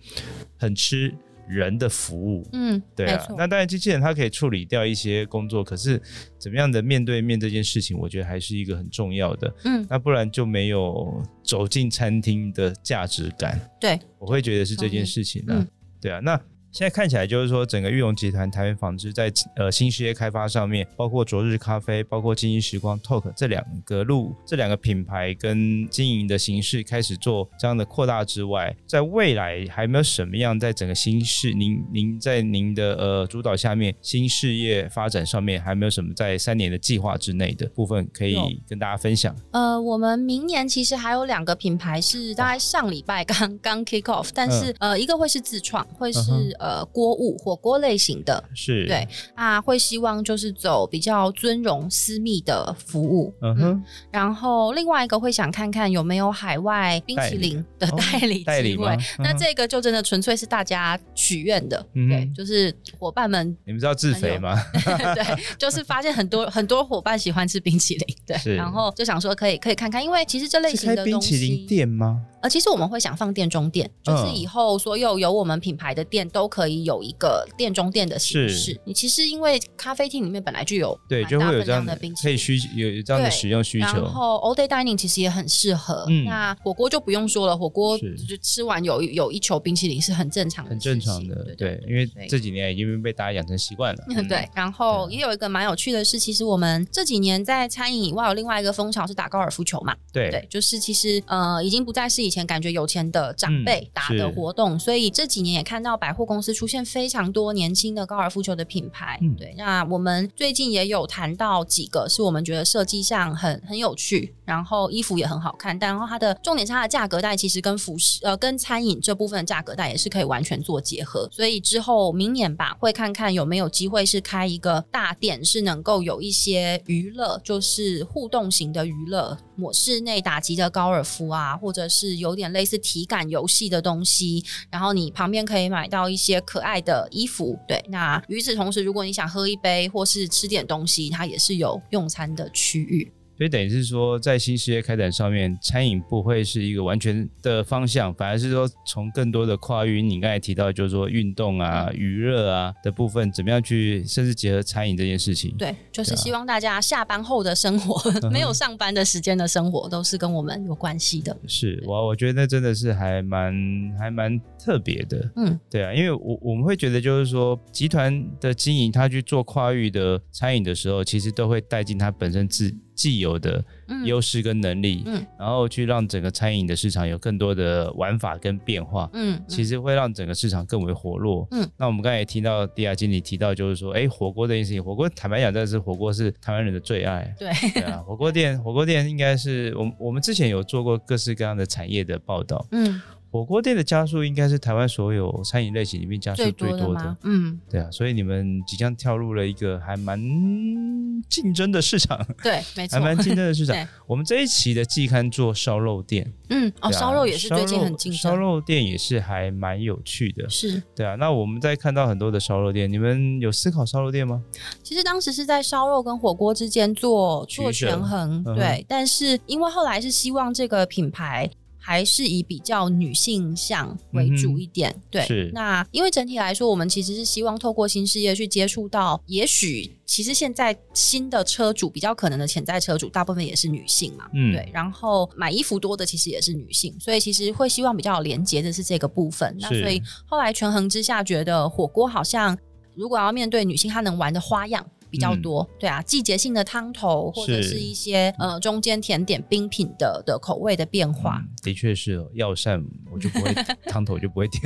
B: 很吃人的服务，
C: 嗯，
B: 对
C: 没
B: 啊，
C: 错
B: 那当然机器人它可以处理掉一些工作，可是怎么样的面对面这件事情，我觉得还是一个很重要的。
C: 嗯，
B: 那不然就没有走进餐厅的价值感。
C: 对，
B: 我会觉得是这件事情呢、
C: 同意嗯
B: 对啊，那现在看起来就是说，整个玉龙集团台湾纺织在呃新事业开发上面，包括昨日咖啡，包括经营时光 Talk 这两个路，这两个品牌跟经营的形式开始做这样的扩大之外，在未来还没有什么样在整个新事您您在您的呃主导下面新事业发展上面还没有什么在三年的计划之内的部分可
C: 有
B: 以跟大家分享。
C: 呃，我们明年其实还有两个品牌是大概上礼拜刚刚 kick off，但是、呃，一个会是自创，会是、
B: 嗯哼
C: 呃锅物火锅类型的
B: 是，
C: 对，啊，会希望就是走比较尊荣私密的服务，
B: 嗯哼，
C: 然后另外一个会想看看有没有海外冰淇淋的
B: 哦
C: 代理
B: 代
C: 机
B: 理
C: 会
B: 吗。嗯
C: 那
B: 哼
C: 这个就真的纯粹是大家许愿的，
B: 嗯哼
C: 对，就是伙伴们 [laughs]
B: 你们知道自肥吗？
C: 对，就是发现很多
B: [laughs]
C: 很多伙伴喜欢吃冰淇淋，对，
B: 是
C: 然后就想说可以可以看看，因为其实这类
B: 是
C: 型
B: 开
C: 的
B: 冰
C: 东
B: 淇
C: 西
B: 淋，店嗯吗？
C: 呃，其实我们会想放店中店，就是以后所有有我们品牌的店都可以有一个店中店的
B: 是
C: 形式。你其实因为咖啡厅里面本来就有
B: 对，
C: 蛮
B: 就
C: 大
B: 会有
C: 分
B: 这样
C: 量的
B: 的
C: 冰淇
B: 可以
C: 淋。
B: 需有有这样的
C: 对
B: 使用需
C: 然
B: 求，
C: 后 all day dining 其实也很适合，
B: 嗯
C: 那火锅就不用说了，火锅
B: 是
C: 就吃完有有一球冰淇淋是很正常的
B: 很
C: 事情，
B: 正常的。
C: 对
B: 因为
C: 所以。
B: 这几年已经被大家养成习惯了
C: [laughs] 对，然后也有一个蛮有趣的是，其实我们这几年在餐饮以外有另外一个风潮是打高尔夫球嘛，
B: 对
C: 对，就是其实呃，已经不再是以前感觉有钱的长
B: 嗯
C: 辈打
B: 是
C: 的活动，所以这几年也看到百货公司出现非常多年轻的高尔夫球的品牌。
B: 嗯
C: 对，那我们最近也有谈到几个是我们觉得设计上很很有趣，然后衣服也很好看，但然后它的重点是它的价格带其实跟服饰呃跟餐饮这部分的价格带也是可以完全做结合，所以之后明年吧会看看有没有机会是开一个大店，是能够有一些娱乐，就是互动型的娱乐，我室内打击的高尔夫啊，或者是有点类似体感游戏的东西，然后你旁边可以买到一些可爱的衣服。对，那与此同时，如果你想喝一杯或是吃点东西，它也是有用餐的区域。
B: 所以等于是说，在新事业开展上面，餐饮不会是一个完全的方向，反而是说从更多的跨域，你刚才提到就是说运动
C: 嗯
B: 啊、娱乐啊的部分，怎么样去甚至结合餐饮这件事情。
C: 对，就是
B: 对啊
C: 希望大家下班后的生活，
B: [laughs]
C: 没有上班的时间的生活，都是跟我们有关系的。
B: 是我，我觉得那真的是还蛮还蛮特别的，
C: 嗯，
B: 对啊，因为我我们会觉得就是说，集团的经营，它去做跨域的餐饮的时候，其实都会带进它本身自既有的
C: 嗯，
B: 优势跟能力，
C: 嗯
B: 然后去让整个餐饮的市场有更多的玩法跟变化，
C: 嗯，
B: 其
C: 实
B: 实会让整个市场更为活络。
C: 嗯，
B: 那我们刚才也听到迪亚经理提到，就是说，哎，火锅这件事情，火锅坦白讲，但是火锅是台湾人的最爱。
C: 对，
B: 对
C: [laughs]
B: 啊，火锅店，火锅店应该是我们我们之前有做过各式各样的产业的报道，
C: 嗯，
B: 火锅店的家数应该是台湾所有餐饮类型里面家数
C: 最
B: 最
C: 多的
B: 多
C: 吗？嗯，
B: 对啊，所以你们即将跳入了一个还蛮竞争的市场，
C: 对，没错
B: 还。蛮竞争的市
C: [laughs] 对
B: 场。我们这一期的季刊做烧肉店，
C: 嗯，哦，
B: 对啊
C: 烧肉也是最近
B: 烧肉
C: 很竞
B: 烧
C: 争，
B: 肉店也是还蛮有趣的，
C: 是。
B: 对啊。那我们在看到很多的烧肉店，你们有思考烧肉店吗？
C: 其实当时是在烧肉跟火锅之间做
B: 取
C: 做
B: 舍
C: 权衡，
B: 嗯哼
C: 对。但是因为后来是希望这个品牌还是以比较女性向为主一点，对
B: 嗯是。
C: 那因为整体来说，我们其实是希望透过新事业去接触到，也许其实现在新的车主比较可能的潜在车主，大部分也是女性嘛，
B: 嗯
C: 对。然后买衣服多的其实也是女性，所以其实会希望比较有连接的是这个部分。那
B: 是
C: 所以后来权衡之下，觉得火锅好像如果要面对女性，她能玩的花样比较多。对啊，季节性的汤头或者
B: 是
C: 是一些呃中间甜点、冰品的的口味的变化。
B: 嗯的确是哦药膳，我就
C: [laughs]
B: 不会汤头，我就不会点。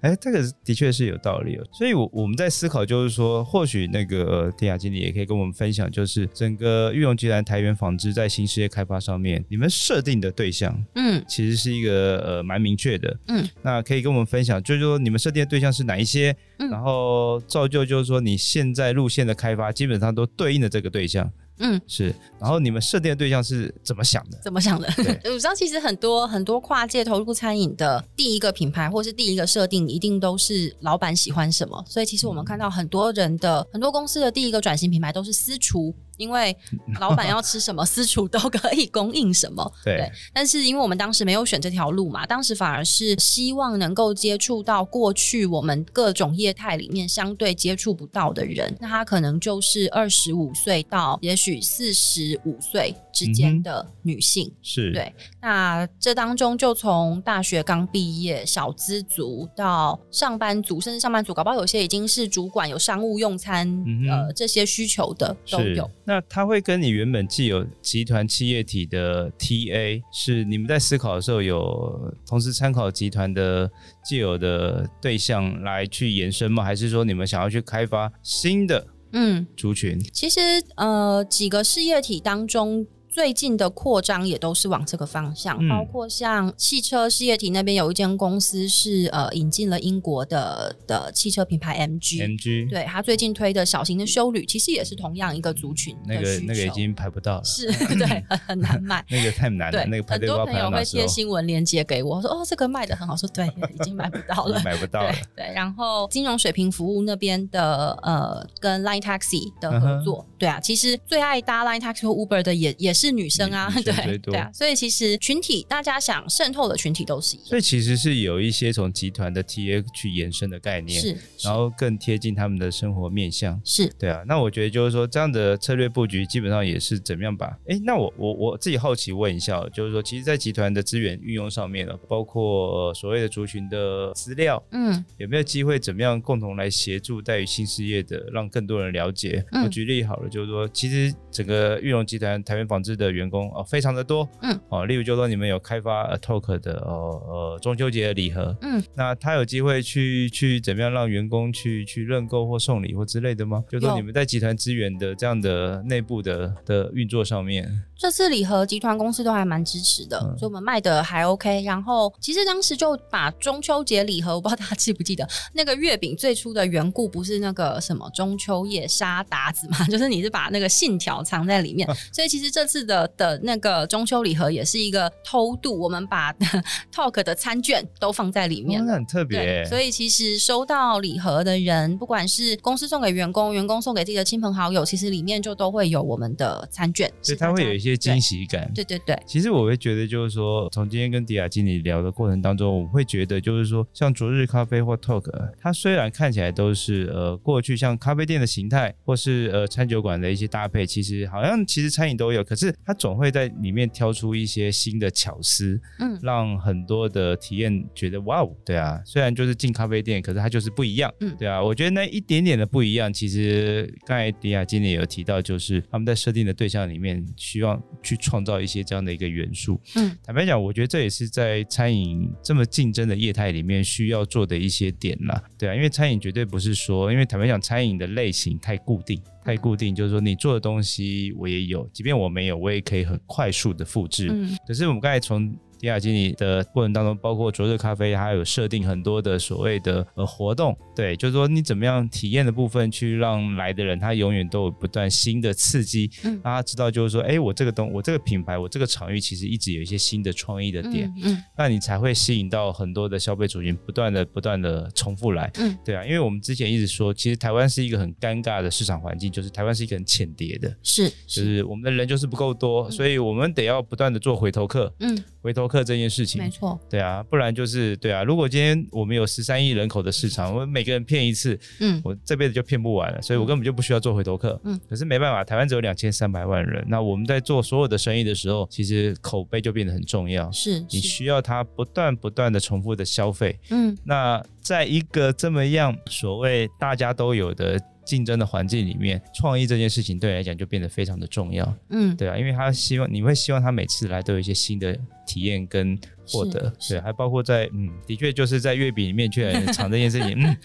B: 哎，这个的确是有道理哦。所以，我我们在思考，就是说，或许那个、呃天涯经理也可以跟我们分享，就是整个玉龙集团台源纺织在新事业开发上面，你们设定的对象
C: 嗯
B: 其实是一个呃蛮明确的。
C: 嗯，
B: 那可以跟我们分享，就是说你们设定的对象是哪一些，
C: 嗯
B: 然后造就就是说你现在路线的开发基本上都对应的这个对象
C: 嗯，
B: 是，然后你们设定的对象是怎么想的？
C: 怎么想的？ [laughs]
B: 对
C: 我知道，其实很多很多跨界投入餐饮的第一个品牌或是第一个设定，一定都是老板喜欢什么。所以其实我们看到很多人的
B: 嗯
C: 很多公司的第一个转型品牌都是私厨，因为老板要吃什么，私厨都可以供应什么。 [laughs]
B: 对，
C: 但是因为我们当时没有选这条路嘛，当时反而是希望能够接触到过去我们各种业态里面相对接触不到的人，那她可能就是二十五岁到也许四十五岁之
B: 嗯
C: 间
B: 哼
C: 的女性。
B: 是，
C: 对那这当中就从大学刚毕业小资族到上班族，甚至上班族，搞不好有些已经是主管有商务用餐、
B: 嗯哼
C: 呃这些需求的都
B: 是
C: 有。。
B: 那它会跟你原本既有集团企业体的 TA 是你们在思考的时候有同时参考集团的既有的对象来去延伸吗？还是说你们想要去开发新的
C: 嗯，
B: 族群？
C: 其实呃，几个事业体当中。最近的扩张也都是往这个方向，
B: 嗯
C: 包括像汽车事业体那边有一间公司是呃引进了英国的的汽车品牌 MG，
B: MG
C: 嗯对它最近推的小型的修旅，其实也是同样一个族群的
B: 那个
C: 需求
B: 那个已经排不到了，
C: 是 [laughs] 对很很难买，
B: 那个太难了，
C: 对，
B: 那个排
C: 很
B: 队不知
C: 多
B: 道
C: 朋
B: 排到
C: 友
B: 哪
C: 会
B: 时候
C: 贴，新闻链接给我，说哦这个卖的很好，说对已经买不到
B: 已
C: 了
B: 经， [laughs] 买不到
C: 对
B: 了。
C: 对，然后金融水平服务那边的呃，跟 Line Taxi
B: 嗯
C: 的合作，对啊，其实最爱搭 Line Taxi 或 Uber 的也也是女生啊，
B: 女女生最
C: [laughs] 对
B: 多
C: 对啊，所以其实群体大家想渗透的群体都是一
B: 所
C: 样，
B: 以其实是有一些从集团的 TA 去延伸的概念，
C: 是
B: 然后更贴近他们的生活面向。
C: 是
B: 对啊，那我觉得就是说这样的策略布局基本上也是怎么样把？诶，那我我我自己好奇问一下哦，就是说，其实，在集团的资源运用上面呢，哦包括、呃所谓的族群的资料，
C: 嗯
B: 有没有机会怎么样共同来协助在于新事业的，让更多人了解？
C: 嗯
B: 我举例好了，就是说，其实整个玉龙集团台湾纺织的员工哦，非常的多，
C: 嗯，
B: 哦，例如就说你们有开发呃 Talk 的哦呃中秋节的礼盒，
C: 嗯，
B: 那他有机会去去怎么样让员工去去认购或送礼或之类的吗？就说
C: 有
B: 你们在集团资源的这样的内部的的运作上面，
C: 这次礼盒集团公司都还蛮支持的，
B: 嗯
C: 所以我们卖的还 OK。然后其实当时就把中秋节礼盒，我不知道大家记不记得那个月饼最初的缘故，不是那个什么中秋夜杀达子嘛， [laughs] 就是你是把那个信条藏在里面，所以其实这次的的那个中秋礼盒也是一个偷渡，我们把 [laughs] Talk 的餐券都放在里面
B: 哦
C: 了。
B: 那很特别
C: 对，，所以其实收到礼盒的人，不管是公司送给员工，员工送给自己的亲朋好友，其实里面就都会有我们的餐券，
B: 所以
C: 是
B: 他
C: 大
B: 会
C: 家
B: 有一些惊喜感，
C: 对对对，
B: 其实我会觉得，就是说，从今天跟迪亚经理聊的过程当中，我会觉得，就是说，像昨日咖啡或 Talk，它呃虽然看起来都是呃过去像咖啡店的形态，或是呃餐酒馆的一些搭配，其实好像其实餐饮都有，可是它总会在里面挑出一些新的巧思，
C: 嗯
B: 让很多的体验觉得哇哦，对啊，虽然就是进咖啡店，可是它就是不一样，
C: 嗯
B: 对啊，我觉得那一点点的不一样，其实刚才迪亚经理也有提到，就是他们在设定的对象里面，希望去创造一些这样的一个元素。
C: 嗯，
B: 坦白讲，我觉得这也是在餐饮这么竞争的业态里面需要做的一些点啦，对啊，因为餐饮绝对不是说，因为坦白讲，餐饮的类型太固定。
C: 嗯
B: 太固定，就是说你做的东西我也有，即便我没有，我也可以很快速的复制。
C: 嗯
B: 可是我们刚才从迪亚经理的过程当中，包括灼热咖啡，它有设定很多的所谓的呃活动，对，就是说你怎么样体验的部分，去让来的人他永远都有不断新的刺激，
C: 嗯
B: 让他知道就是说，哎，我这个东，我这个品牌，我这个场域其实一直有一些新的创意的点，
C: 嗯嗯
B: 那你才会吸引到很多的消费族群，不断的、不断的重复来。
C: 嗯，
B: 对啊，因为我们之前一直说，其实台湾是一个很尴尬的市场环境，就是台湾是一个很浅碟的，
C: 是
B: 就是是我们的人就是不够多，所以我们得要不断的做回头客。
C: 嗯，
B: 回头客这件事情
C: 没，错，
B: 对啊，不然就是对啊。如果今天我们有十三亿人口的市场，我们每个人骗一次，
C: 嗯
B: 我这辈子就骗不完了，所以我根本就不需要做回头客。
C: 嗯，
B: 可是没办法，台湾只有两千三百万人，那我们在做所有的生意的时候，其实口碑就变得很重要，
C: 是
B: 你
C: 是
B: 需要它不断不断的重复的消费。
C: 嗯
B: 那在一个这么样所谓大家都有的竞争的环境里面，创意这件事情对你来讲就变得非常的重要，
C: 嗯，
B: 对啊，因为他希望你会希望他每次来都有一些新的体验跟获得，
C: 是
B: 对，还包括在嗯，的确就是在月饼里面却很常这件事情，
C: [laughs]
B: 嗯，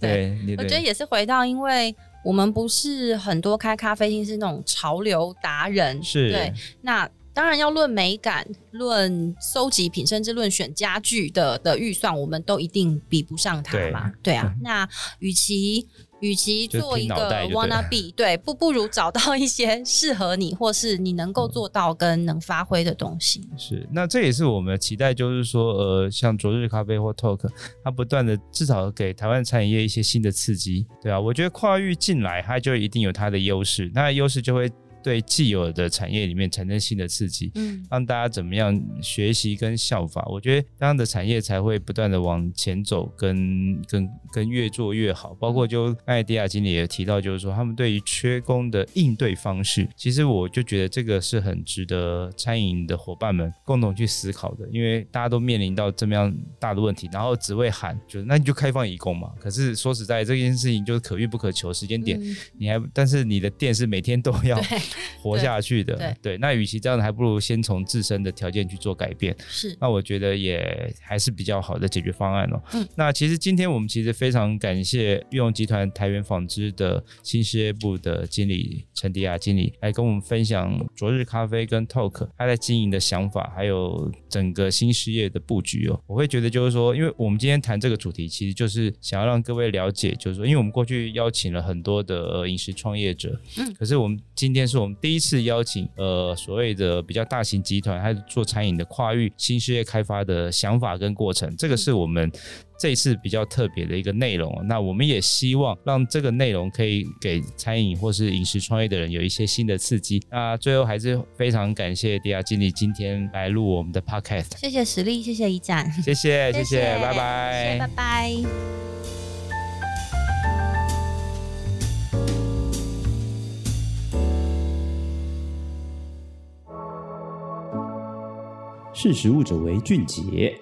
B: 对，你
C: 我觉得
B: 对
C: 也是回到，因为我们不是很多开咖啡厅是那种潮流达人，
B: 是
C: 对，那当然要论美感、论收集品，甚至论选家具的的预算，我们都一定比不上它
B: 对嗯
C: 嘛。对啊，那与其与其
B: 就
C: 做
B: 拼
C: 一
B: 脑袋
C: 个
B: 就对
C: wanna be，对，不不如找到一些适合你，或是你能够做到跟能发挥的东西。
B: 是，那这也是我们的期待，就是说，呃，像昨日咖啡或 Talk，它不断的至少给台湾餐饮业一些新的刺激，对啊，我觉得跨域进来，它就一定有它的优势，那优势就会对既有的产业里面产生新的刺激，
C: 嗯，
B: 让大家怎么样学习跟效法，我觉得这样的产业才会不断的往前走跟，跟跟越做越好。包括就艾迪亚经理也提到，就是说他们对于缺工的应对方式，其实我就觉得这个是很值得餐饮的伙伴们共同去思考的，因为大家都面临到这么样大的问题，然后只会喊，就是那你就开放移工嘛。可是说实在，这件事情就是可遇不可求，时间点、
C: 嗯
B: 你还，但是你的店是每天都要
C: 对，
B: 活下去的。
C: 对
B: 那与其这样，还不如先从自身的条件去做改变。
C: 是，
B: 那我觉得也还是比较好的解决方案哦。
C: 嗯
B: 那其实今天我们其实非常感谢裕隆集团台源纺织的新事业部的经理陈迪亚经理来跟我们分享昨日咖啡跟 Talk 他在经营的想法，还有整个新事业的布局哦。我会觉得就是说，因为我们今天谈这个主题，其实就是想要让各位了解，就是说，因为我们过去邀请了很多的呃饮食创业者，可是我们今天是我们第一次邀请呃所谓的比较大型集团，还有做餐饮的跨域新事业开发的想法跟过程，这个是我们。这一次比较特别的一个内容哦，那我们也希望让这个内容可以给餐饮或是饮食创业的人有一些新的刺激。那最后还是非常感谢迪亚经理今天来录我们的 podcast，
C: 谢谢实力，谢谢一展，
B: 谢哎谢谢谢，拜
C: 谢谢拜拜。
A: 识时务者为俊杰。